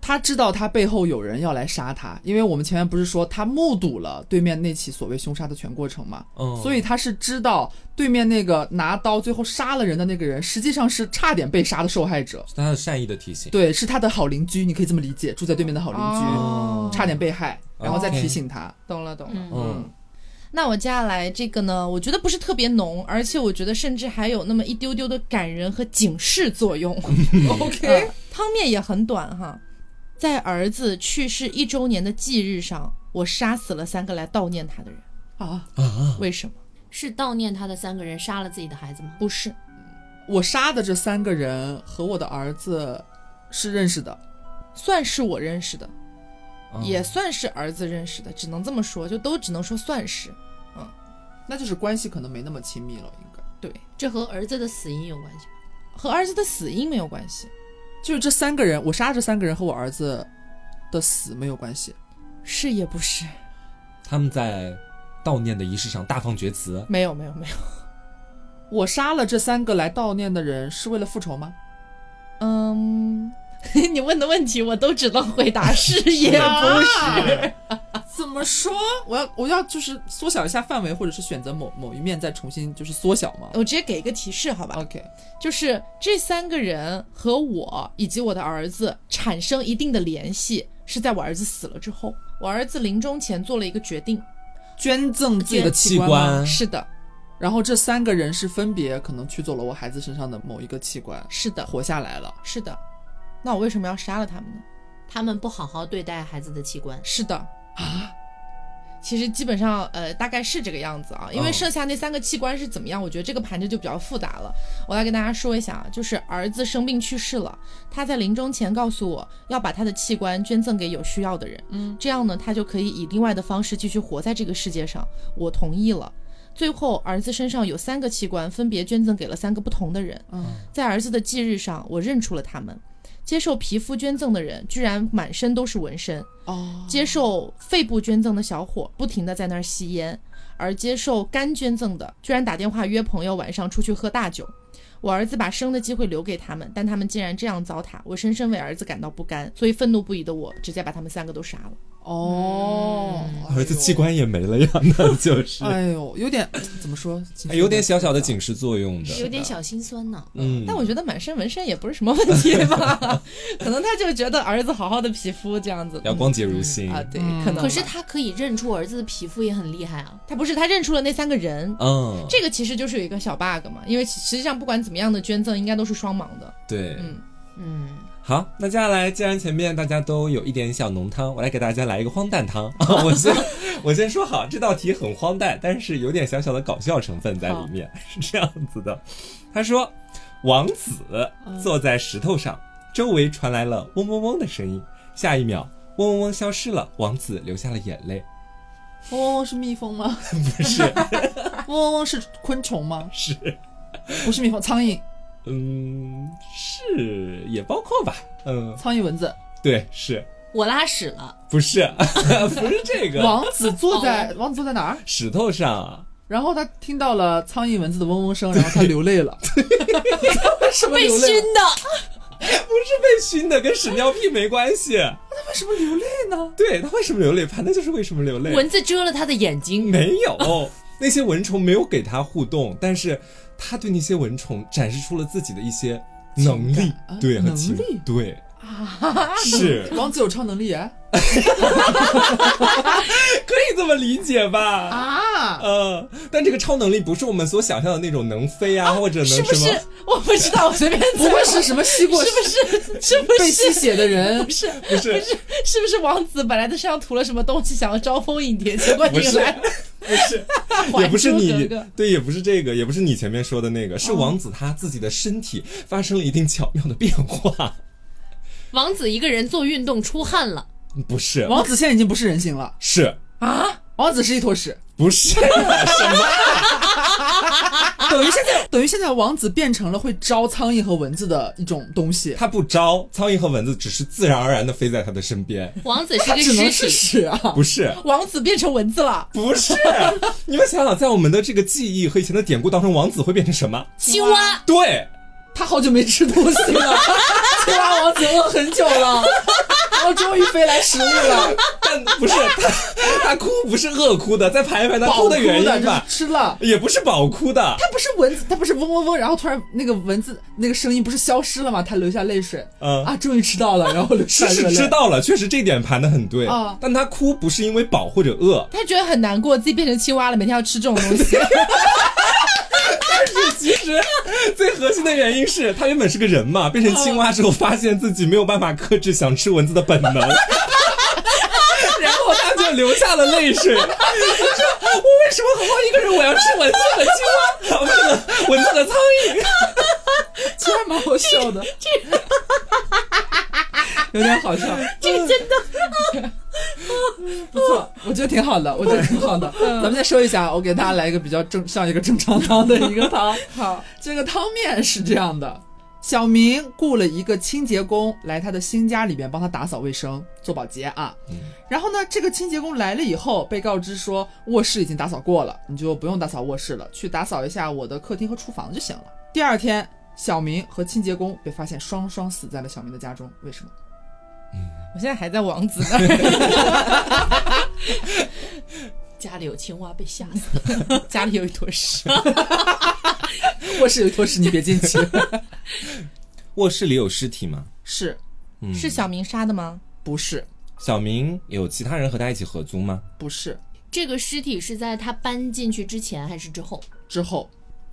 S3: 他知道他背后有人要来杀他，因为我们前面不是说他目睹了对面那起所谓凶杀的全过程嘛，
S2: 嗯，
S3: 所以他是知道对面那个拿刀最后杀了人的那个人，实际上是差点被杀的受害者，
S2: 是他的善意的提醒，
S3: 对，是他的好邻居，你可以这么理解，住在对面的好邻居，
S1: 哦
S3: 差点被害，然后再
S2: OK
S3: 提醒他，
S1: 懂了懂了。
S4: 嗯
S2: 嗯
S1: 那我接下来这个呢，我觉得不是特别浓，而且我觉得甚至还有那么一丢丢的感人和警示作用。
S3: OK
S1: 呃汤面也很短哈，在儿子去世一周年的忌日上，我杀死了三个来悼念他的人，
S3: 啊，
S2: 啊，
S1: 为什么？
S4: 是悼念他的三个人杀了自己的孩子吗？
S1: 不是，
S3: 我杀的这三个人和我的儿子是认识的，
S1: 算是我认识的，
S2: 啊
S1: 也算是儿子认识的，只能这么说，就都只能说算是。
S3: 那就是关系可能没那么亲密了，应该
S1: 对，
S4: 这和儿子的死因有关系吗？
S1: 和儿子的死因没有关系，
S3: 就是这三个人，我杀这三个人和我儿子的死没有关系。
S1: 是也不是，
S2: 他们在悼念的仪式上大放厥词，
S1: 没有没有没有，
S3: 我杀了这三个来悼念的人是为了复 仇吗？
S1: 嗯。 你问的问题我都只能回答是也不是，
S3: 怎么说？我要我要就是缩小一下范围，或者是选择某某一面再重新就是缩小嘛。
S1: 我直接给一个提示好吧？
S3: OK，
S1: 就是这三个人和我以及我的儿子产生一定的联系，是在我儿子死了之后。我儿子临终前做了一个决定，
S3: 捐赠自己的
S2: 器
S3: 官吗
S2: 官
S1: 是的，
S3: 然后这三个人是分别可能取走了我孩子身上的某一个器官，
S1: 是的，
S3: 活下来了。
S1: 是的。那我为什么要杀了他们呢？
S4: 他们不好好对待孩子的器官，
S1: 是的啊，其实基本上呃大概是这个样子啊，因为
S2: 嗯
S1: 剩下那三个器官是怎么样，我觉得这个盘子就比较复杂了。我来跟大家说一下啊，就是儿子生病去世了，他在临终前告诉我要把他的器官捐赠给有需要的人，嗯，这样呢他就可以以另外的方式继续活在这个世界上。我同意了。最后，儿子身上有三个器官，分别捐赠给了三个不同的人。
S3: 嗯，
S1: 在儿子的忌日上，我认出了他们。接受皮肤捐赠的人，居然满身都是纹身。
S3: 哦，
S1: 接受肺部捐赠的小伙不停的在那儿吸烟，而接受肝捐赠的居然打电话约朋友晚上出去喝大酒。我儿子把生的机会留给他们，但他们竟然这样糟蹋，我深深为儿子感到不甘，所以愤怒不已的我直接把他们三个都杀了。
S3: 哦，哎
S2: 嗯
S3: 呦
S2: 儿子器。官也没了呀， 那就是
S3: 哎呦，有点 怎么说？
S2: 哎有点小小的
S3: 紧。
S2: 警示作用的，
S4: 有点小心酸呢。
S2: 嗯，
S1: 但我觉得满身纹身也不是什么问题吧，可能他就觉得儿子好好的皮肤这样子
S2: 要光洁如新
S1: 啊，对，
S3: 嗯
S1: 可能。
S4: 可是他可以认出儿子的皮肤也很厉害啊。
S1: 他不是他认出了那三个人，
S2: 嗯，
S1: 这个其实就是有一个小 bug 嘛，因为其实际上不管怎么样的捐赠应该都是双盲的，
S2: 对，
S1: 嗯，
S4: 嗯，
S2: 好，那接下来既然前面大家都有一点小浓汤，我来给大家来一个荒诞汤。 我先我先说好，这道题很荒诞，但是有点小小的搞笑成分在里面，是这样子的。他说，王子
S1: 嗯
S2: 坐在石头上，周围传来了嗡嗡嗡的声音，下一秒。嗡嗡嗡消失了，王子流下了眼泪。
S3: 嗡嗡嗡哦是蜜蜂吗？
S2: 不是，
S3: 嗡嗡嗡是昆虫吗？
S2: 是，
S3: 不是蜜蜂，苍蝇，
S2: 嗯，是也包括吧，嗯，
S3: 苍蝇蚊子。
S2: 对，是
S4: 我拉屎了，
S2: 不是 不是这个
S3: 王子坐
S4: 哦
S3: 在王子坐在哪儿？
S2: 石头上啊？
S3: 然后他听到了苍蝇蚊子的嗡嗡声，然后他流泪了。他为什么
S4: 被
S3: 流
S4: 熏
S3: 泪？
S4: 的。
S2: 不是被熏的，跟屎尿屁没关系。
S3: 为什么流泪呢？
S2: 对他为什么流泪？盘的就是为什么流泪。
S4: 蚊子蛰了他的眼睛，
S2: 没有，那些蚊虫没有给他互动，但是他对那些蚊虫展示出了自己的一些能力
S3: 情感啊，
S2: 对，和
S3: 能
S2: 情
S3: 力
S2: 对 是
S3: 王子有超能力啊！
S2: 可以这么理解吧？
S3: 啊
S2: 呃，但这个超能力不是我们所想象的那种能飞啊，或者能
S1: 是不
S2: 什
S1: 是
S2: 么？？
S1: 我不知道，我随便猜
S3: 不会是什么吸 过
S1: 是不是？是不
S3: 被吸
S1: 是？
S3: 血的人
S1: 不？是
S2: 不是
S1: 是不是王子本来在身上涂了什么东西，想要招蜂引蝶，结果
S2: 不
S1: 引
S2: 是
S1: 来
S2: 不 是，也不是你对，也不是这个，也不是你前面说的那
S3: 哦
S2: 个，是王子他自己的身体发生了一定巧妙的变 化，
S4: 王子一个人做运动出汗了，
S2: 不是，
S3: 王子现在已经不是人形了
S2: 是
S3: 啊，王子是一坨屎，
S2: 不是 什么？
S4: 啊
S3: 等于现在等于现在王子变成了会招苍蝇和蚊子的一种东西，
S2: 他不招苍蝇和蚊子，只是自然而然的飞在他的身边，
S4: 王子是
S3: 他
S4: 个
S3: 只能是
S4: 尸体，
S3: 屎啊！
S2: 不是，
S1: 王子变成蚊子了，
S2: 不是，你们想想，在我们的这个记忆和以前的典故当中，王子会变成什么？
S4: 青蛙。
S2: 对，
S3: 他好久没吃东西 了，青蛙王子饿很久了，然后终于飞来食物了，
S2: 但不是他，他哭不是饿哭的，再盘一盘他哭
S3: 饱哭
S2: 的
S3: 的
S2: 原因
S3: 就是
S2: 吧，
S3: 吃了。
S2: 也不是饱哭的，
S3: 它不是蚊子，它不是嗡嗡嗡，然后突然那个蚊子那个声音不是消失了吗？他流下泪水，
S2: 嗯
S3: 啊，终于吃到了，然后流下
S2: 是
S3: 热
S2: 是
S3: 泪。
S2: 知道了，确实这点盘的很对
S3: 啊，
S2: 但他哭不是因为饱或者饿，
S1: 他觉得很难过，自己变成青蛙了，每天要吃这种东 西。
S2: 其实最核心的原因是他原本是个人嘛，变成青蛙之后发现自己没有办法克制想吃蚊子的本能，然后他就流下了泪水。说：“我为什么好好一个人，我要吃蚊子和青蛙，啊不是蚊子和苍蝇？
S3: 居然蛮好笑 的，有点好笑，这个真的。不错，我觉得挺好的，我觉得挺好 的。咱们再说一下，我给大家来一个比较正，像一个正常汤的一个汤。好，这个汤面是这样的：小明雇了一个清洁工来他的新家里边帮他打扫卫生、做保洁啊。然后呢，这个清洁工来了以后，被告知说卧室已经打扫过了，你就不用打扫卧室了，去打扫一下我的客厅和厨房就行了。第二天，小明和清洁工被发现双双死在了小明的家中，为什么？
S1: 我现在还在王子那儿，
S4: 家里有青蛙被吓死，
S1: 家里有一坨屎。
S3: 卧室有一坨屎，你别进去。
S2: 卧室里有尸体吗？
S3: 是
S2: 嗯
S1: 是小明杀的吗？
S3: 不是？
S2: 小明有其他人和他一起合租吗？
S3: 不是。
S4: 这个尸体是在他搬进去之前还是之后？
S3: 之后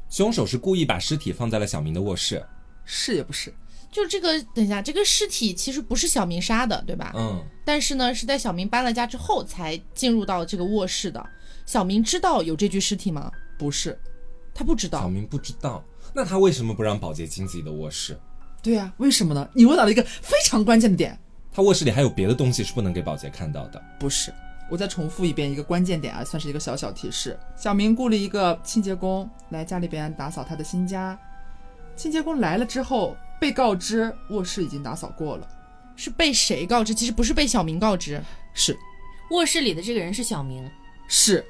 S2: 凶手是故意把尸体放在了小明的卧室。
S3: 是也不是？
S1: 就这个，等一下，这个尸体其实不是小明杀的，对吧？
S2: 嗯，
S1: 但是呢，是在小明搬了家之后才进入到这个卧室的。小明知道有这具尸体吗？
S3: 不是。
S1: 他不知
S2: 小
S1: 道。
S2: 明不知道，那他为什么不让保洁进自己的卧室？
S3: 对呀、为什么呢？你问到了一个非常关键的点。
S2: 他卧室里还有别的东西是不能给保洁看到的。
S3: 不是。我再重复一遍一个关键点啊，算是一个小小提示。小明雇了一个清洁工来家里边打扫他的新家，清洁工来了之后，被告知卧室已经打扫过了。
S1: 是被谁告知？其实不是被小明告知。
S3: 是
S4: 卧室里的这个人是小明，
S3: 是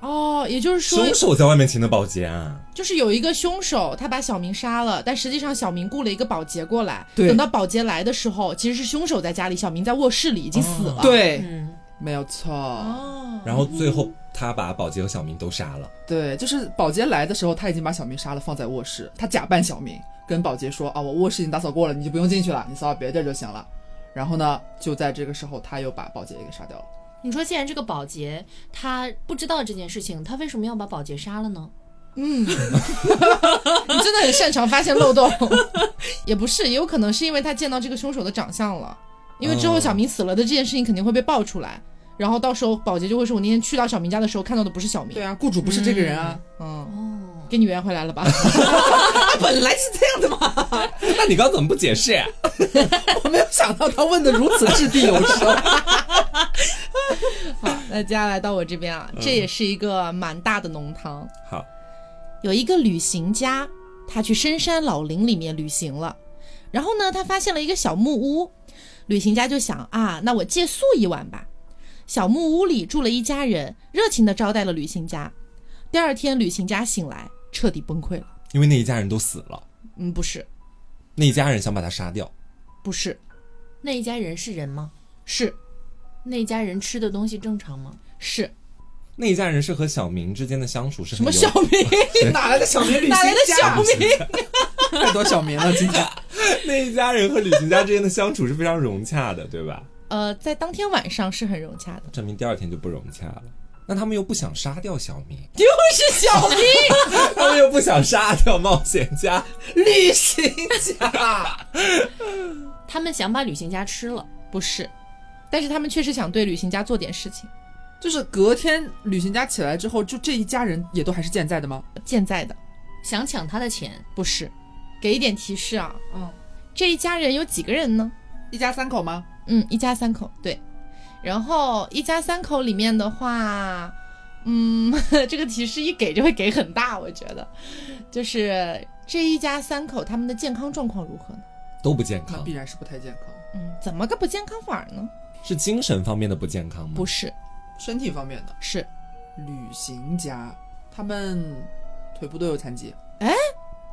S1: 哦，也就是说
S2: 凶，手在外面请的保洁啊？
S1: 就是有一个凶手，他把小明杀了，但实际上小明雇了一个保洁过来。
S3: 对
S1: 等到保洁来的时候，其实是凶手在家里，小明在卧室里已经死了。。
S3: 对，
S4: 嗯，
S3: 没有错。
S1: 哦。
S2: 然后最后他把保洁和小明都杀了。
S3: 对，就是保洁来的时候，他已经把小明杀了，放在卧室。他假扮小明，跟保洁说：“啊，我卧室已经打扫过了，你就不用进去了，你扫到别的地儿就行了。”然后呢，就在这个时候，他又把保洁给杀掉了。
S4: 你说既然这个保洁他不知道这件事情，他为什么要把保洁杀了呢？
S1: 嗯， 你真的很擅长发现漏洞， 也不是，也有可能是因为他见到这个凶手的长相了，因为之
S3: 哦
S1: 后
S2: 嗯
S1: 小明死了的这件事情肯定会被爆出来，然后到时候保洁就会说，我那天去到小明家的时候看到的不是小明，
S3: 对啊，雇主不是这个人啊，
S1: 嗯，
S4: 哦，
S1: 给你圆回来了吧？
S3: 他本来是这样的嘛。
S2: 那你刚刚怎么不解释呀、
S3: 我没有想到他问的如此掷地有声。
S1: 好，那接下来到我这边啊，这也是一个蛮大的浓汤，
S2: 好，
S1: 有一个旅行家，他去深山老林里面旅行了，然后呢，他发现了一个小木屋，旅行家就想啊，那我借宿一晚吧。小木屋里住了一家人，热情地招待了旅行家。第二天，旅行家醒来彻底崩溃了。
S2: 因为那一家人都死了，
S1: 嗯，不是，
S2: 那一家人想把他杀掉。
S1: 不是，
S4: 那一家人是人吗？
S1: 是
S4: 那一家人吃的东西正常吗？
S1: 是
S2: 那一家人是和小明之间的相处
S1: 什
S2: 是什
S1: 么 小明？
S3: 哪来的小明旅
S1: 哪来的小明？
S3: 太多小明了，今 天。
S2: 那一家人和旅行家之间的相处是非常融洽的，对吧？
S1: 呃，在当天晚上是很融洽的，
S2: 证明第二天就不融洽了。那他们又不想杀掉小明，
S1: 又是小明。
S2: 他们又不想杀掉冒险家，
S3: 旅行家，
S4: 他们想把旅行家吃了，
S1: 不是，但是他们确实想对旅行家做点事情。
S3: 就是隔天旅行家起来之后，就这一家人也都还是健在的吗？
S1: 健在的，
S4: 想抢他的钱，
S1: 不是。给一点提示啊，
S3: 嗯，
S1: 这一家人有几个人呢？
S3: 一家三口吗？
S1: 嗯，一家三口，对。然后一家三口里面的话，嗯， 这个提示一给就会给很大，我觉得，就是这一家三口他们的健康状况如何呢？
S2: 都不健
S3: 那
S2: 康
S3: 必，然是不太健康，
S1: 嗯，怎么个不健康法儿呢？
S2: 是精神方面的不健康吗？
S1: 不是，
S3: 身体方面的。
S1: 是
S3: 旅行家，他们腿部都有残疾，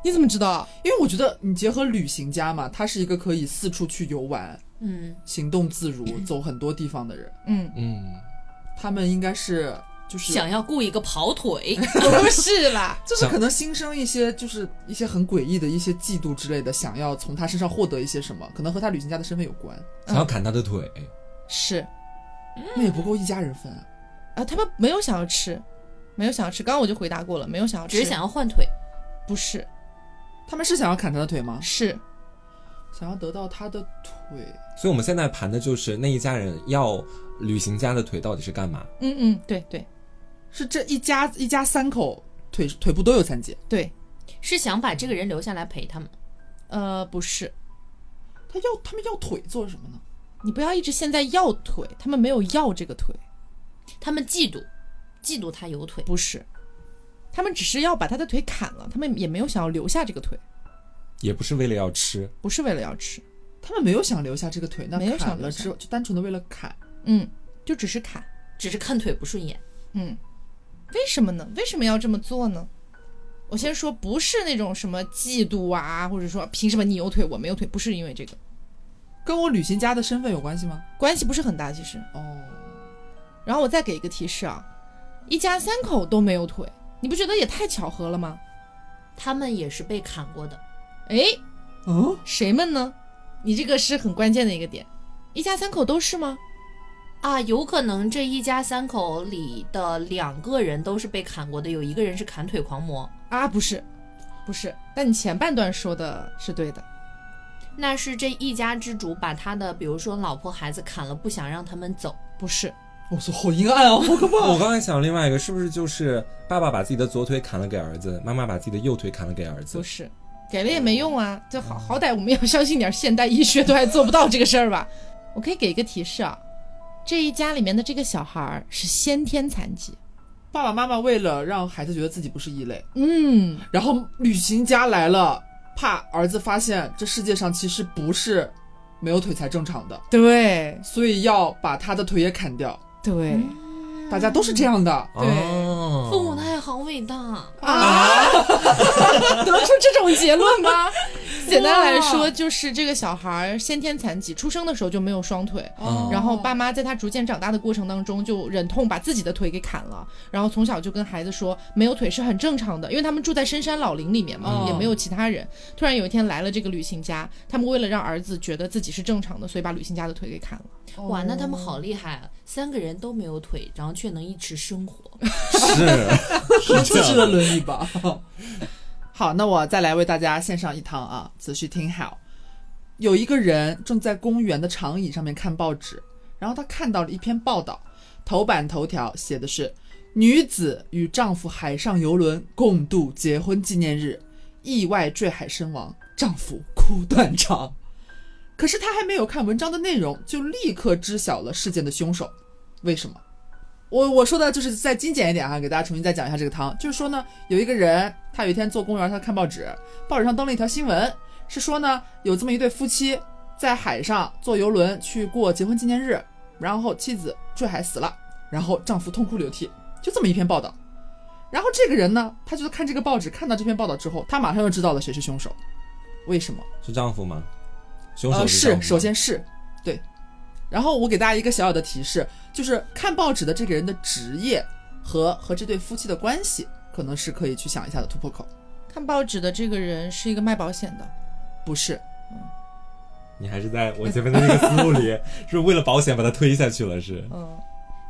S1: 你怎么知道？
S3: 因为我觉得你结合旅行家嘛，他是一个可以四处去游玩、
S4: 嗯，
S3: 行动自如、走很多地方的人，
S1: 嗯，
S2: 嗯，
S3: 他们应该是就是
S4: 想要雇一个跑腿，
S1: 不是啦，
S3: 就是可能心生一些就是一些很诡异的一些嫉妒之类的，想要从他身上获得一些什么，可能和他旅行家的身份有关，
S2: 想要砍他的腿，
S1: 是
S3: 那也不够一家人分啊。
S1: 啊，他们没有想要吃，没有想要吃。刚刚我就回答过了，没有想要吃，
S4: 只是想要换腿，
S1: 不是
S3: 他们是想要砍他的腿吗？
S1: 是
S3: 想要得到他的腿，
S2: 所以我们现在盘的就是那一家人要旅行家的腿到底是干嘛？
S1: 嗯嗯，对对
S3: 是这一家一家三口腿腿部都有残疾，
S1: 对，
S4: 是想把这个人留下来陪他们。
S1: 呃，不是，
S3: 他要他们要腿做什么呢？
S1: 你不要一直现在要腿，他们没有要这个腿，
S4: 他们嫉妒，嫉妒他有腿，
S1: 不是，他们只是要把他的腿砍了，他们也没有想要留下这个腿，
S2: 也不是为了要吃，
S1: 不是为了要吃，
S3: 他们没有想留下这个腿，那
S1: 没有
S3: 砍
S1: 想留
S3: 了
S1: 下
S3: 之后就单纯的为了砍，
S1: 嗯，就只是砍，
S4: 只是看腿不顺眼。
S1: 嗯，为什么呢？为什么要这么做呢？我先说，不是那种什么嫉妒啊，或者说凭什么你有腿我没有腿，不是因为这个
S3: 跟我旅行家的身份有关系吗？
S1: 关系不是很大，其实。
S3: 哦，
S1: 然后我再给一个提示啊，一家三口都没有腿，你不觉得也太巧合了吗？
S4: 他们也是被砍过的，
S1: 诶，
S3: 嗯，
S1: 谁们呢？你这个是很关键的一个点，一家三口都是吗？
S4: 啊，有可能这一家三口里的两个人都是被砍过的，有一个人是砍腿狂魔，
S1: 啊，不是，不是，但你前半段说的是对的，
S4: 那是这一家之主把他的，比如说老婆孩子砍了，不想让他们走。
S1: 不是，
S3: 我说好阴暗哦，好可怕。
S2: 我刚才想另外一个，是不是就是爸爸把自己的左腿砍了给儿子，妈妈把自己的右腿砍了给儿子
S1: 不？是，给了也没用啊，就好好歹我们要相信点现代医学，都还做不到这个事儿吧？我可以给一个提示啊，这一家里面的这个小孩儿是先天残疾，
S3: 爸爸妈妈为了让孩子觉得自己不是异类，
S1: 嗯，
S3: 然后旅行家来了，怕儿子发现这世界上其实不是没有腿才正常的，
S1: 对
S3: 所以要把他的腿也砍掉。
S1: 对、
S3: 大家都是这样的，
S1: 对
S2: 哦
S4: 父母太好伟大，
S3: 哦嗯
S1: 啊， 得出这种结论吗？简单来说，就是这个小孩儿先天残疾，出生的时候就没有双腿，
S2: 哦
S1: 然后爸妈在他逐渐长大的过程当中，就忍痛把自己的腿给砍了，然后从小就跟孩子说，没有腿是很正常的，因为他们住在深山老林里面嘛，
S3: 哦
S1: 也没有其他人。突然有一天来了这个旅行家，他们为了让儿子觉得自己是正常的，所以把旅行家的腿给砍了。
S4: 哦哇，那他们好厉害啊！三个人都没有腿，然后却能一直生活。
S2: 是
S3: 出
S2: 是
S3: 示
S2: 这
S3: 了
S2: 样的，
S3: 轮椅吧。 好，那我再来为大家献上一堂啊，仔细听好。有一个人正在公园的长椅上面看报纸，然后他看到了一篇报道，头版头条写的是“女子与丈夫海上游轮共度结婚纪念日，意外坠海身亡，丈夫哭断肠”。可是他还没有看文章的内容，就立刻知晓了事件的凶手，为什么？我我说的就是再精简一点哈、啊给大家重新再讲一下这个汤，就是说呢，有一个人他有一天坐公园，他看报纸，报纸上登了一条新闻，是说呢有这么一对夫妻在海上坐游轮去过结婚纪念日，然后妻子坠海死了，然后丈夫痛哭流涕，就这么一篇报道。然后这个人呢，他就是看这个报纸，看到这篇报道之后，他马上就知道了谁是凶手，为什么？
S2: 是丈夫吗？凶手
S3: 呃，
S2: 丈夫
S3: 是，
S2: 吗
S3: 首先是对。然后我给大家一个小小的提示，就是看报纸的这个人的职业和和这对夫妻的关系，可能是可以去想一下的突破口。
S1: 看报纸的这个人是一个卖保险的，
S3: 不是，
S2: 你还是在我前面的那个思路里，是为了保险把他推下去了，是
S1: 嗯，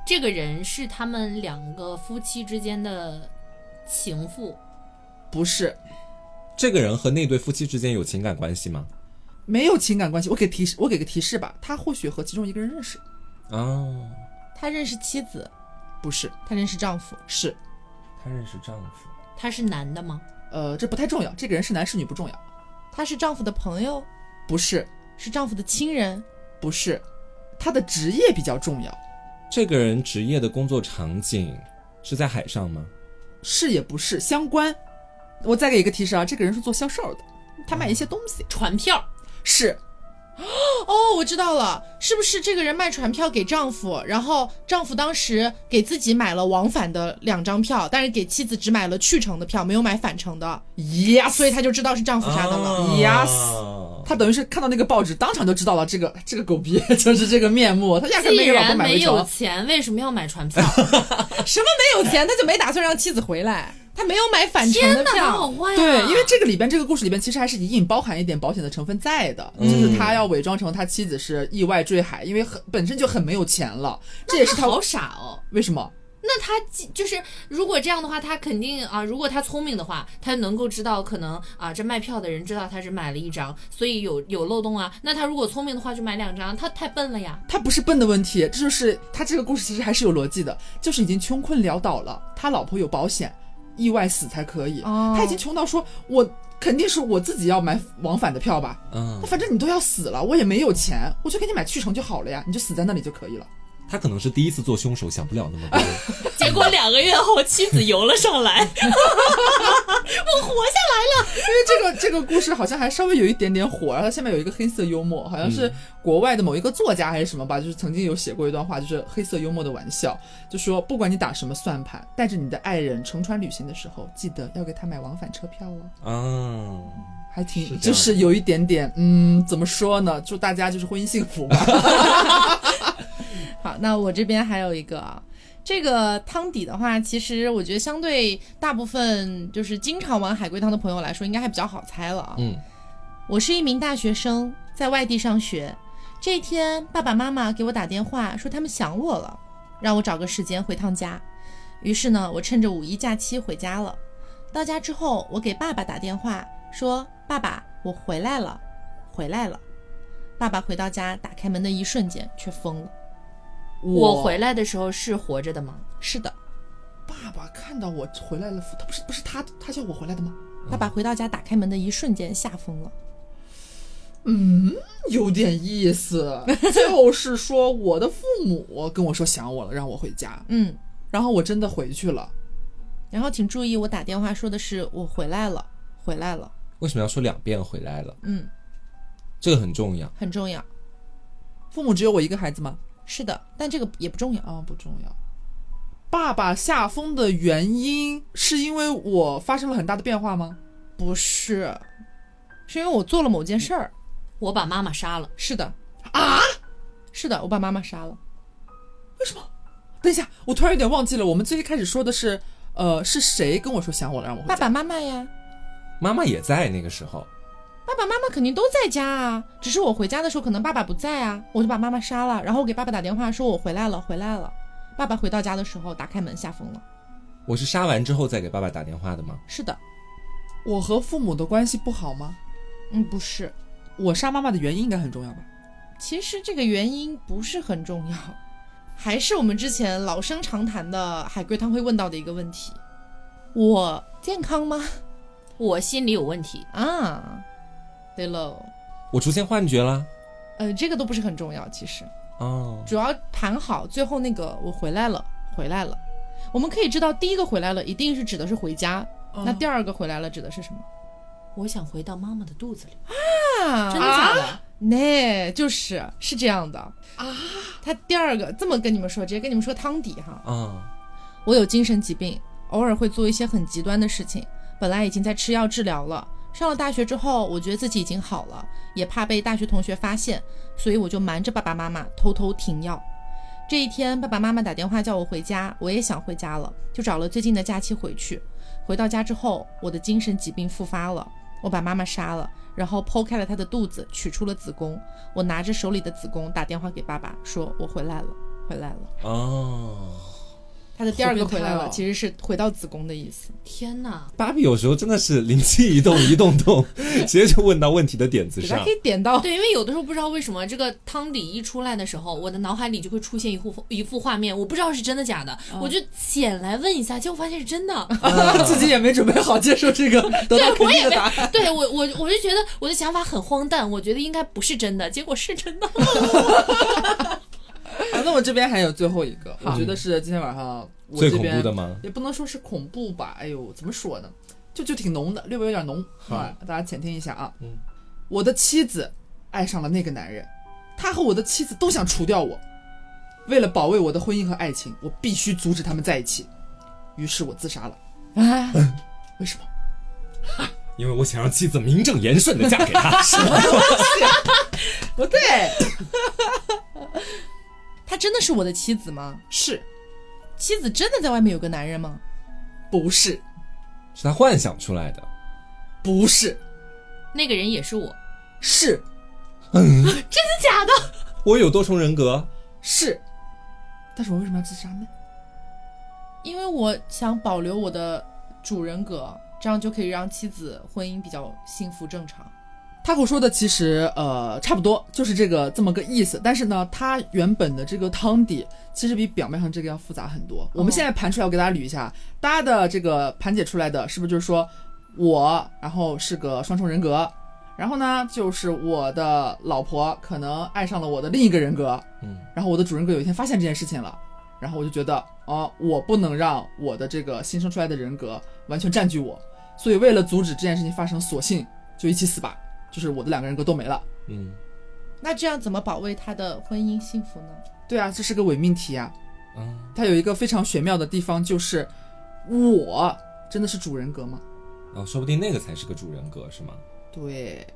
S4: 这个人是他们两个夫妻之间的情妇，
S3: 不是，
S2: 这个人和那对夫妻之间有情感关系吗？
S3: 没有情感关系。我给提示，我给个提示吧，他或许和其中一个人认识，
S2: 哦，
S1: 他认识妻子，
S3: 不是，
S1: 她认识丈夫，
S3: 是，
S2: 她认识丈夫，
S4: 他是男的吗？
S3: 呃，这不太重要，这个人是男是女不重要，
S1: 她是丈夫的朋友，
S3: 不是，
S1: 是丈夫的亲人，
S3: 不是，他的职业比较重要，
S2: 这个人职业的工作场景是在海上吗？
S3: 是也不是相关。我再给一个提示啊，这个人是做销售的，他卖一些东西，
S4: 船票
S3: 是
S1: 哦，我知道了，是不是这个人卖船票给丈夫，然后丈夫当时给自己买了往返的两张票，但是给妻子只买了去程的票，没有买返程的，
S3: ，yes，
S1: 啊嗯所以他就知道是 丈夫杀的了。
S2: Yes，
S3: 他等于是看到那个报纸，当场就知道了这个这个狗逼 就是这个面目，他压根儿
S4: 既
S3: 没给老婆
S4: 然
S3: 买
S4: 没
S3: 回
S4: 有
S3: 城。
S4: 钱，为什么要买 船票？
S1: 什么没有钱，他就没打算让妻子回来，他没有买返程
S4: 天
S1: 的
S4: 哪，他
S1: 票
S4: 好。坏啊！
S3: 对，因为这个里边这个故事里边其实还是隐隐包含一点保险的成分在的，就是他要伪装成他妻子是意外坠海，因为很本身就很没有钱了，这也是
S4: 他
S3: 他
S4: 好傻哦。
S3: 为什么
S4: 那他既就是，如果这样的话，他肯定啊，如果他聪明的话，他能够知道可能啊，这卖票的人知道他只买了一张，所以有有漏洞啊。那他如果聪明的话，就买两张，他太笨了呀。
S3: 他不是笨的问题，这就是他这个故事其实还是有逻辑的，就是已经穷困潦倒了，他老婆有保险，意外死才可以，
S1: 哦
S3: 他已经穷到说我肯定是我自己要买往返的票吧，
S2: 嗯
S3: 那，反正你都要死了，我也没有钱，我就给你买去程就好了呀，你就死在那里就可以了。
S2: 他可能是第一次做凶手，想不了那么多。
S4: 结果两个月后，妻子游了上来，
S3: 因为这个这个故事好像还稍微有一点点火，然后它下面有一个黑色幽默，好像
S2: 嗯
S3: 是国外的某一个作家还是什么吧，就是曾经有写过一段话，就是黑色幽默的玩笑，就说不管你打什么算盘，带着你的爱人乘船旅行的时候，记得要给他买往返车票哦。
S2: 嗯，
S3: 还挺，
S2: 是这样
S3: 就是有一点点，嗯，怎么说呢？祝大家就是婚姻幸 福吧。
S1: 好，那我这边还有一个啊。这个汤底的话，其实我觉得相对大部分就是经常玩海龟汤的朋友来说，应该还比较好猜了啊。
S2: 嗯，
S1: 我是一名大学生，在外地上学。这一天，爸爸妈妈给我打电话说他们想我了，让我找个时间回趟家。于是呢，我趁着五一假期回家了。到家之后，我给爸爸打电话说：“爸爸，我回来了，回来了。”爸爸回到家，打开门的一瞬间却疯了。
S4: 我回来的时候是活着的吗？
S1: 是的，
S3: 爸爸看到我回来了，他不是不是他他叫我回来的吗？
S1: 爸爸回到家打开门的一瞬间吓疯了。
S3: 有点意思， 就是说我的父母跟我说想我了，让我回家，
S1: 嗯，
S3: 然后我真的回去了。
S1: 然后请注意，我打电话说的是我回来了，回来了，
S2: 为什么要说两遍回来了？
S1: 嗯，
S2: 这个很重要。
S1: 很重要。
S3: 父母只有我一个孩子吗？
S1: 是的，但这个也不重要。
S3: 啊、不重要。爸爸下风的原因是因为我发生了很大的变化吗？
S1: 不是，是因为我做了某件事儿。
S4: 我把妈妈杀了，
S1: 是的，啊，是的，我把妈妈杀了。
S3: 等一下，我突然有点忘记了，我们最一开始说的是，呃，是谁跟我说想我了，让我回
S1: 爸
S3: 家？
S1: 爸妈妈呀，
S2: 妈妈也在那个时候，
S1: 爸爸妈妈肯定都在家啊，只是我回家的时候可能爸爸不在啊，我就把妈妈杀了，然后我给爸爸打电话说我回来了，回来了。爸爸回到家的时候打开门吓疯了。
S2: 我是杀完之后再给爸爸打电话的吗？
S1: 是的，
S3: 我和父母的关系不好吗？
S1: 嗯，不是，
S3: 我杀妈妈的原因应该很重要吧？
S1: 其实这个原因不是很重要，还是我们之前老生常谈的海龟汤会问到的一个问题：我健康吗？
S4: 我心里有问题。
S1: 啊，对喽，
S2: 我出现幻觉啦？
S1: 呃，这个都不是很重要，其实
S2: 哦，
S1: 主要盘好最后那个我回来了，回来了。我们可以知道，第一个回来了一定是指的是回家，
S4: 哦
S1: 那第二个回来了指的是什么？
S4: 我想回到妈妈的肚子里，
S1: 啊
S4: 真的假的？
S1: 那就是是这样的啊。他第二个这么跟你们说，直接跟你们说汤底哈，
S2: 啊，
S1: 我有精神疾病，偶尔会做一些很极端的事情。本来已经在吃药治疗了，上了大学之后，我觉得自己已经好了，也怕被大学同学发现，所以我就瞒着爸爸妈妈偷偷停药。这一天，爸爸妈妈打电话叫我回家，我也想回家了，就找了最近的假期回去。回到家之后，我的精神疾病复发了，我把妈妈杀了，然后剖开了她的肚子，取出了子宫。我拿着手里的子宫打电话给爸爸，说我回来了，回来了。
S2: 哦，
S1: 他的第二个
S3: 好
S1: 回
S3: 变态
S1: 来了，
S3: 哦
S1: 其实是回到子宫的意思。
S4: 天哪！
S2: 芭比有时候真的是灵机一动，一动动，直接就问到问题的点子
S1: 对，他
S2: 上
S1: 可。以点到
S4: 对，因为有的时候不知道为什么这个汤底一出来的时候，我的脑海里就会出现一幅一幅画面，我不知道是真的假的，我就捡来问一下，结果发现是真的。
S3: 自己也没准备好接受这个得到肯定的答案。
S4: 对我我我就觉得我的想法很荒诞，我觉得应该不是真的，结果是真的。
S3: 啊，那我这边还有最后一个，我觉得是今天晚上我
S2: 最
S3: 这
S2: 恐怖
S3: 边
S2: 的吗？
S3: 也不能说是恐怖吧，哎呦，怎么说呢？就就挺浓的，略微有点浓
S2: 好
S3: 啊，大家浅听一下啊。
S2: 嗯
S3: 我的妻子爱上了那个男人，他和我的妻子都想除掉我。为了保卫我的婚姻和爱情，我必须阻止他们在一起。于是我自杀了。
S1: 啊，
S3: 为什么？
S2: 因为我想让妻子名正言顺的嫁给他。是吗
S3: 不对，
S1: 他真的是我的妻子吗？
S3: 是
S1: 妻子真的在外面有个男人吗？
S3: 不是？
S2: 是他幻想出来的。
S3: 不是，
S4: 那个人也是我，
S3: 是
S4: 假的。
S2: 我有多重人格，
S3: 是。但是我为什么要自杀呢？
S1: 因为我想保留我的主人格，这样就可以让妻子婚姻比较幸福正常。
S3: 他和我说的其实呃差不多，就是这个这么个意思。但是呢，它原本的这个汤底其实比表面上这个要复杂很多。我们现在盘出来，我给大家捋一下，大家的这个盘解出来的是不是就是说我，然后是个双重人格，然后呢就是我的老婆可能爱上了我的另一个人格，
S2: 嗯，
S3: 然后我的主人格有一天发现这件事情了。然后我就觉得，哦，我不能让我的这个新生出来的人格完全占据我，所以为了阻止这件事情发生，索性就一起死吧。就是我的两个人格都没了。
S2: 嗯，
S1: 那这样怎么保卫他的婚姻幸福呢？
S3: 对啊，这是个伪命题啊。
S2: 啊，
S3: 它有一个非常玄妙的地方，就是我真的是主人格吗？
S2: 哦，说不定那个才是个主人格，是吗？
S3: 对，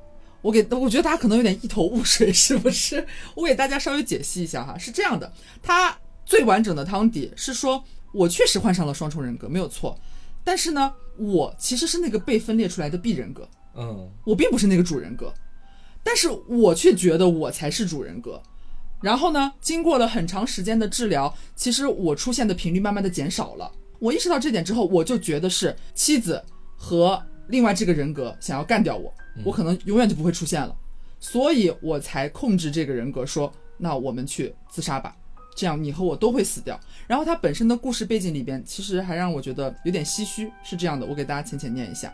S3: 我给我觉得大家可能有点一头雾水， 是不是？我给大家稍微解析一下哈，是这样的，它最完整的汤底是说我确实患上了双重人格，没有错，但是呢，我其实是那个被分裂出来的 B 人格，
S2: 嗯，
S3: 我并不是那个主人格，但是我却觉得我才是主人格。然后呢，经过了很长时间的治疗，其实我出现的频率慢慢的减少了。我意识到这点之后，我就觉得是妻子和另外这个人格想要干掉我，我可能永远就不会出现了，所以我才控制这个人格说，那我们去自杀吧，这样你和我都会死掉。然后它本身的故事背景里边，其实还让我觉得有点唏嘘，是这样的，我给大家浅浅念一下。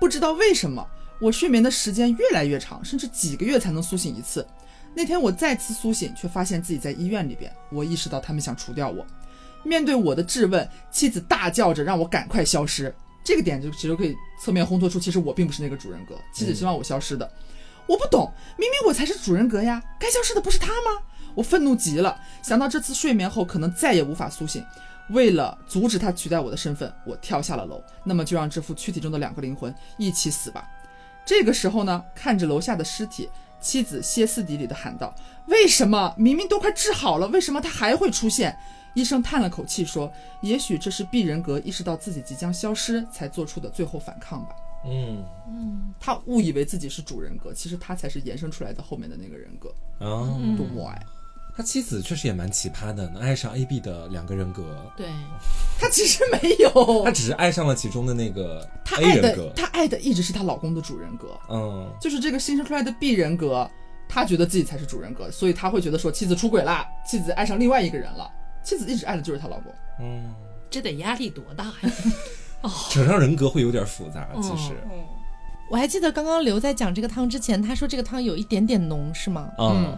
S3: 不知道为什么，我睡眠的时间越来越长，甚至几个月才能苏醒一次。那天我再次苏醒，却发现自己在医院里边。我意识到他们想除掉我。面对我的质问，妻子大叫着让我赶快消失。这个点就其实可以侧面烘托出，其实我并不是那个主人格，妻子希望我消失的。我不懂，明明我才是主人格呀，该消失的不是他吗？我愤怒极了，想到这次睡眠后可能再也无法苏醒，为了阻止他取代我的身份，我跳下了楼。那么就让这副躯体中的两个灵魂一起死吧。这个时候呢，看着楼下的尸体，妻子歇斯底里地喊道：“为什么明明都快治好了，为什么他还会出现？”医生叹了口气说：“也许这是 B 人格意识到自己即将消失才做出的最后反抗吧。
S2: 嗯，
S3: 他误以为自己是主人格，其实他才是延伸出来的后面的那个人格。
S2: 啊，
S3: 多么爱！
S2: 他妻子确实也蛮奇葩的，能爱上 A B 的两个人格，
S4: 对，
S3: 他其实没有
S2: 他，只是爱上了其中的那个
S3: 他
S2: A
S3: 爱
S2: 人
S3: 的
S2: 格。
S3: 他爱的一直是她老公的主人格。
S2: 嗯，
S3: 就是这个新生出来的 B 人格，他觉得自己才是主人格，所以他会觉得说妻子出轨啦，妻子爱上另外一个人了，妻子一直爱的就是她老公。
S2: 嗯，
S4: 这得压力多大呀！
S2: 扯上人格会有点复杂，
S4: 嗯
S2: 其实，
S1: 我还记得刚刚刘在讲这个汤之前，他说这个汤有一点点浓，是吗？
S2: 嗯，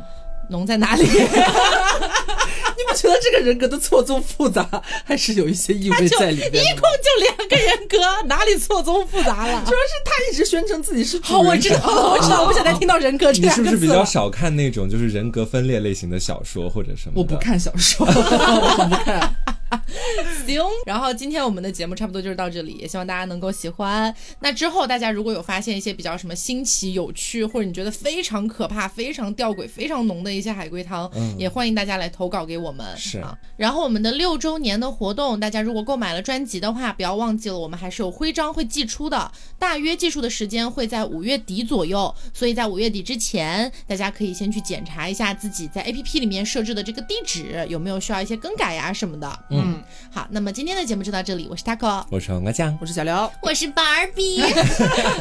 S1: 浓在哪里？
S3: 你不觉得这个人格的错综复杂还是有一些意味在里面的吗？
S1: 就两个人格，哪里错综复杂了
S3: 主？要是他一直宣称自己是主
S1: 好，
S3: 人格
S1: 我知道了，我知道，我不想再听到人格这
S2: 你
S1: 两
S2: 是
S1: 个
S2: 不
S1: 字
S2: 是比
S1: 了
S2: 较少看那种就是人格分裂类型的小说或者什么？
S3: 我不。看小说， 我不看。
S1: 行，然后今天我们的节目差不多就是到这里，也希望大家能够喜欢。那之后大家如果有发现一些比较什么新奇、有趣，或者你觉得非常可怕、非常吊诡、非常浓的一些海龟汤，
S2: 嗯
S1: 也欢迎大家来投稿给我们。
S2: 是
S1: 啊，然后我们的六周年的活动，大家如果购买了专辑的话，不要忘记了，我们还是有徽章会寄出的，大约寄出的时间会在五月底左右，所以在五月底之前，大家可以先去检查一下自己在 APP 里面设置的这个地址有没有需要一些更改呀、什么的。嗯嗯，好，那么今天的节目就到这里，我是 taco，
S2: 我是黄瓜酱，
S3: 我是小刘。
S1: 我是 Barbie，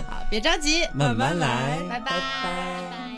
S1: 好，别着急，
S2: 慢慢来
S1: 拜拜。拜拜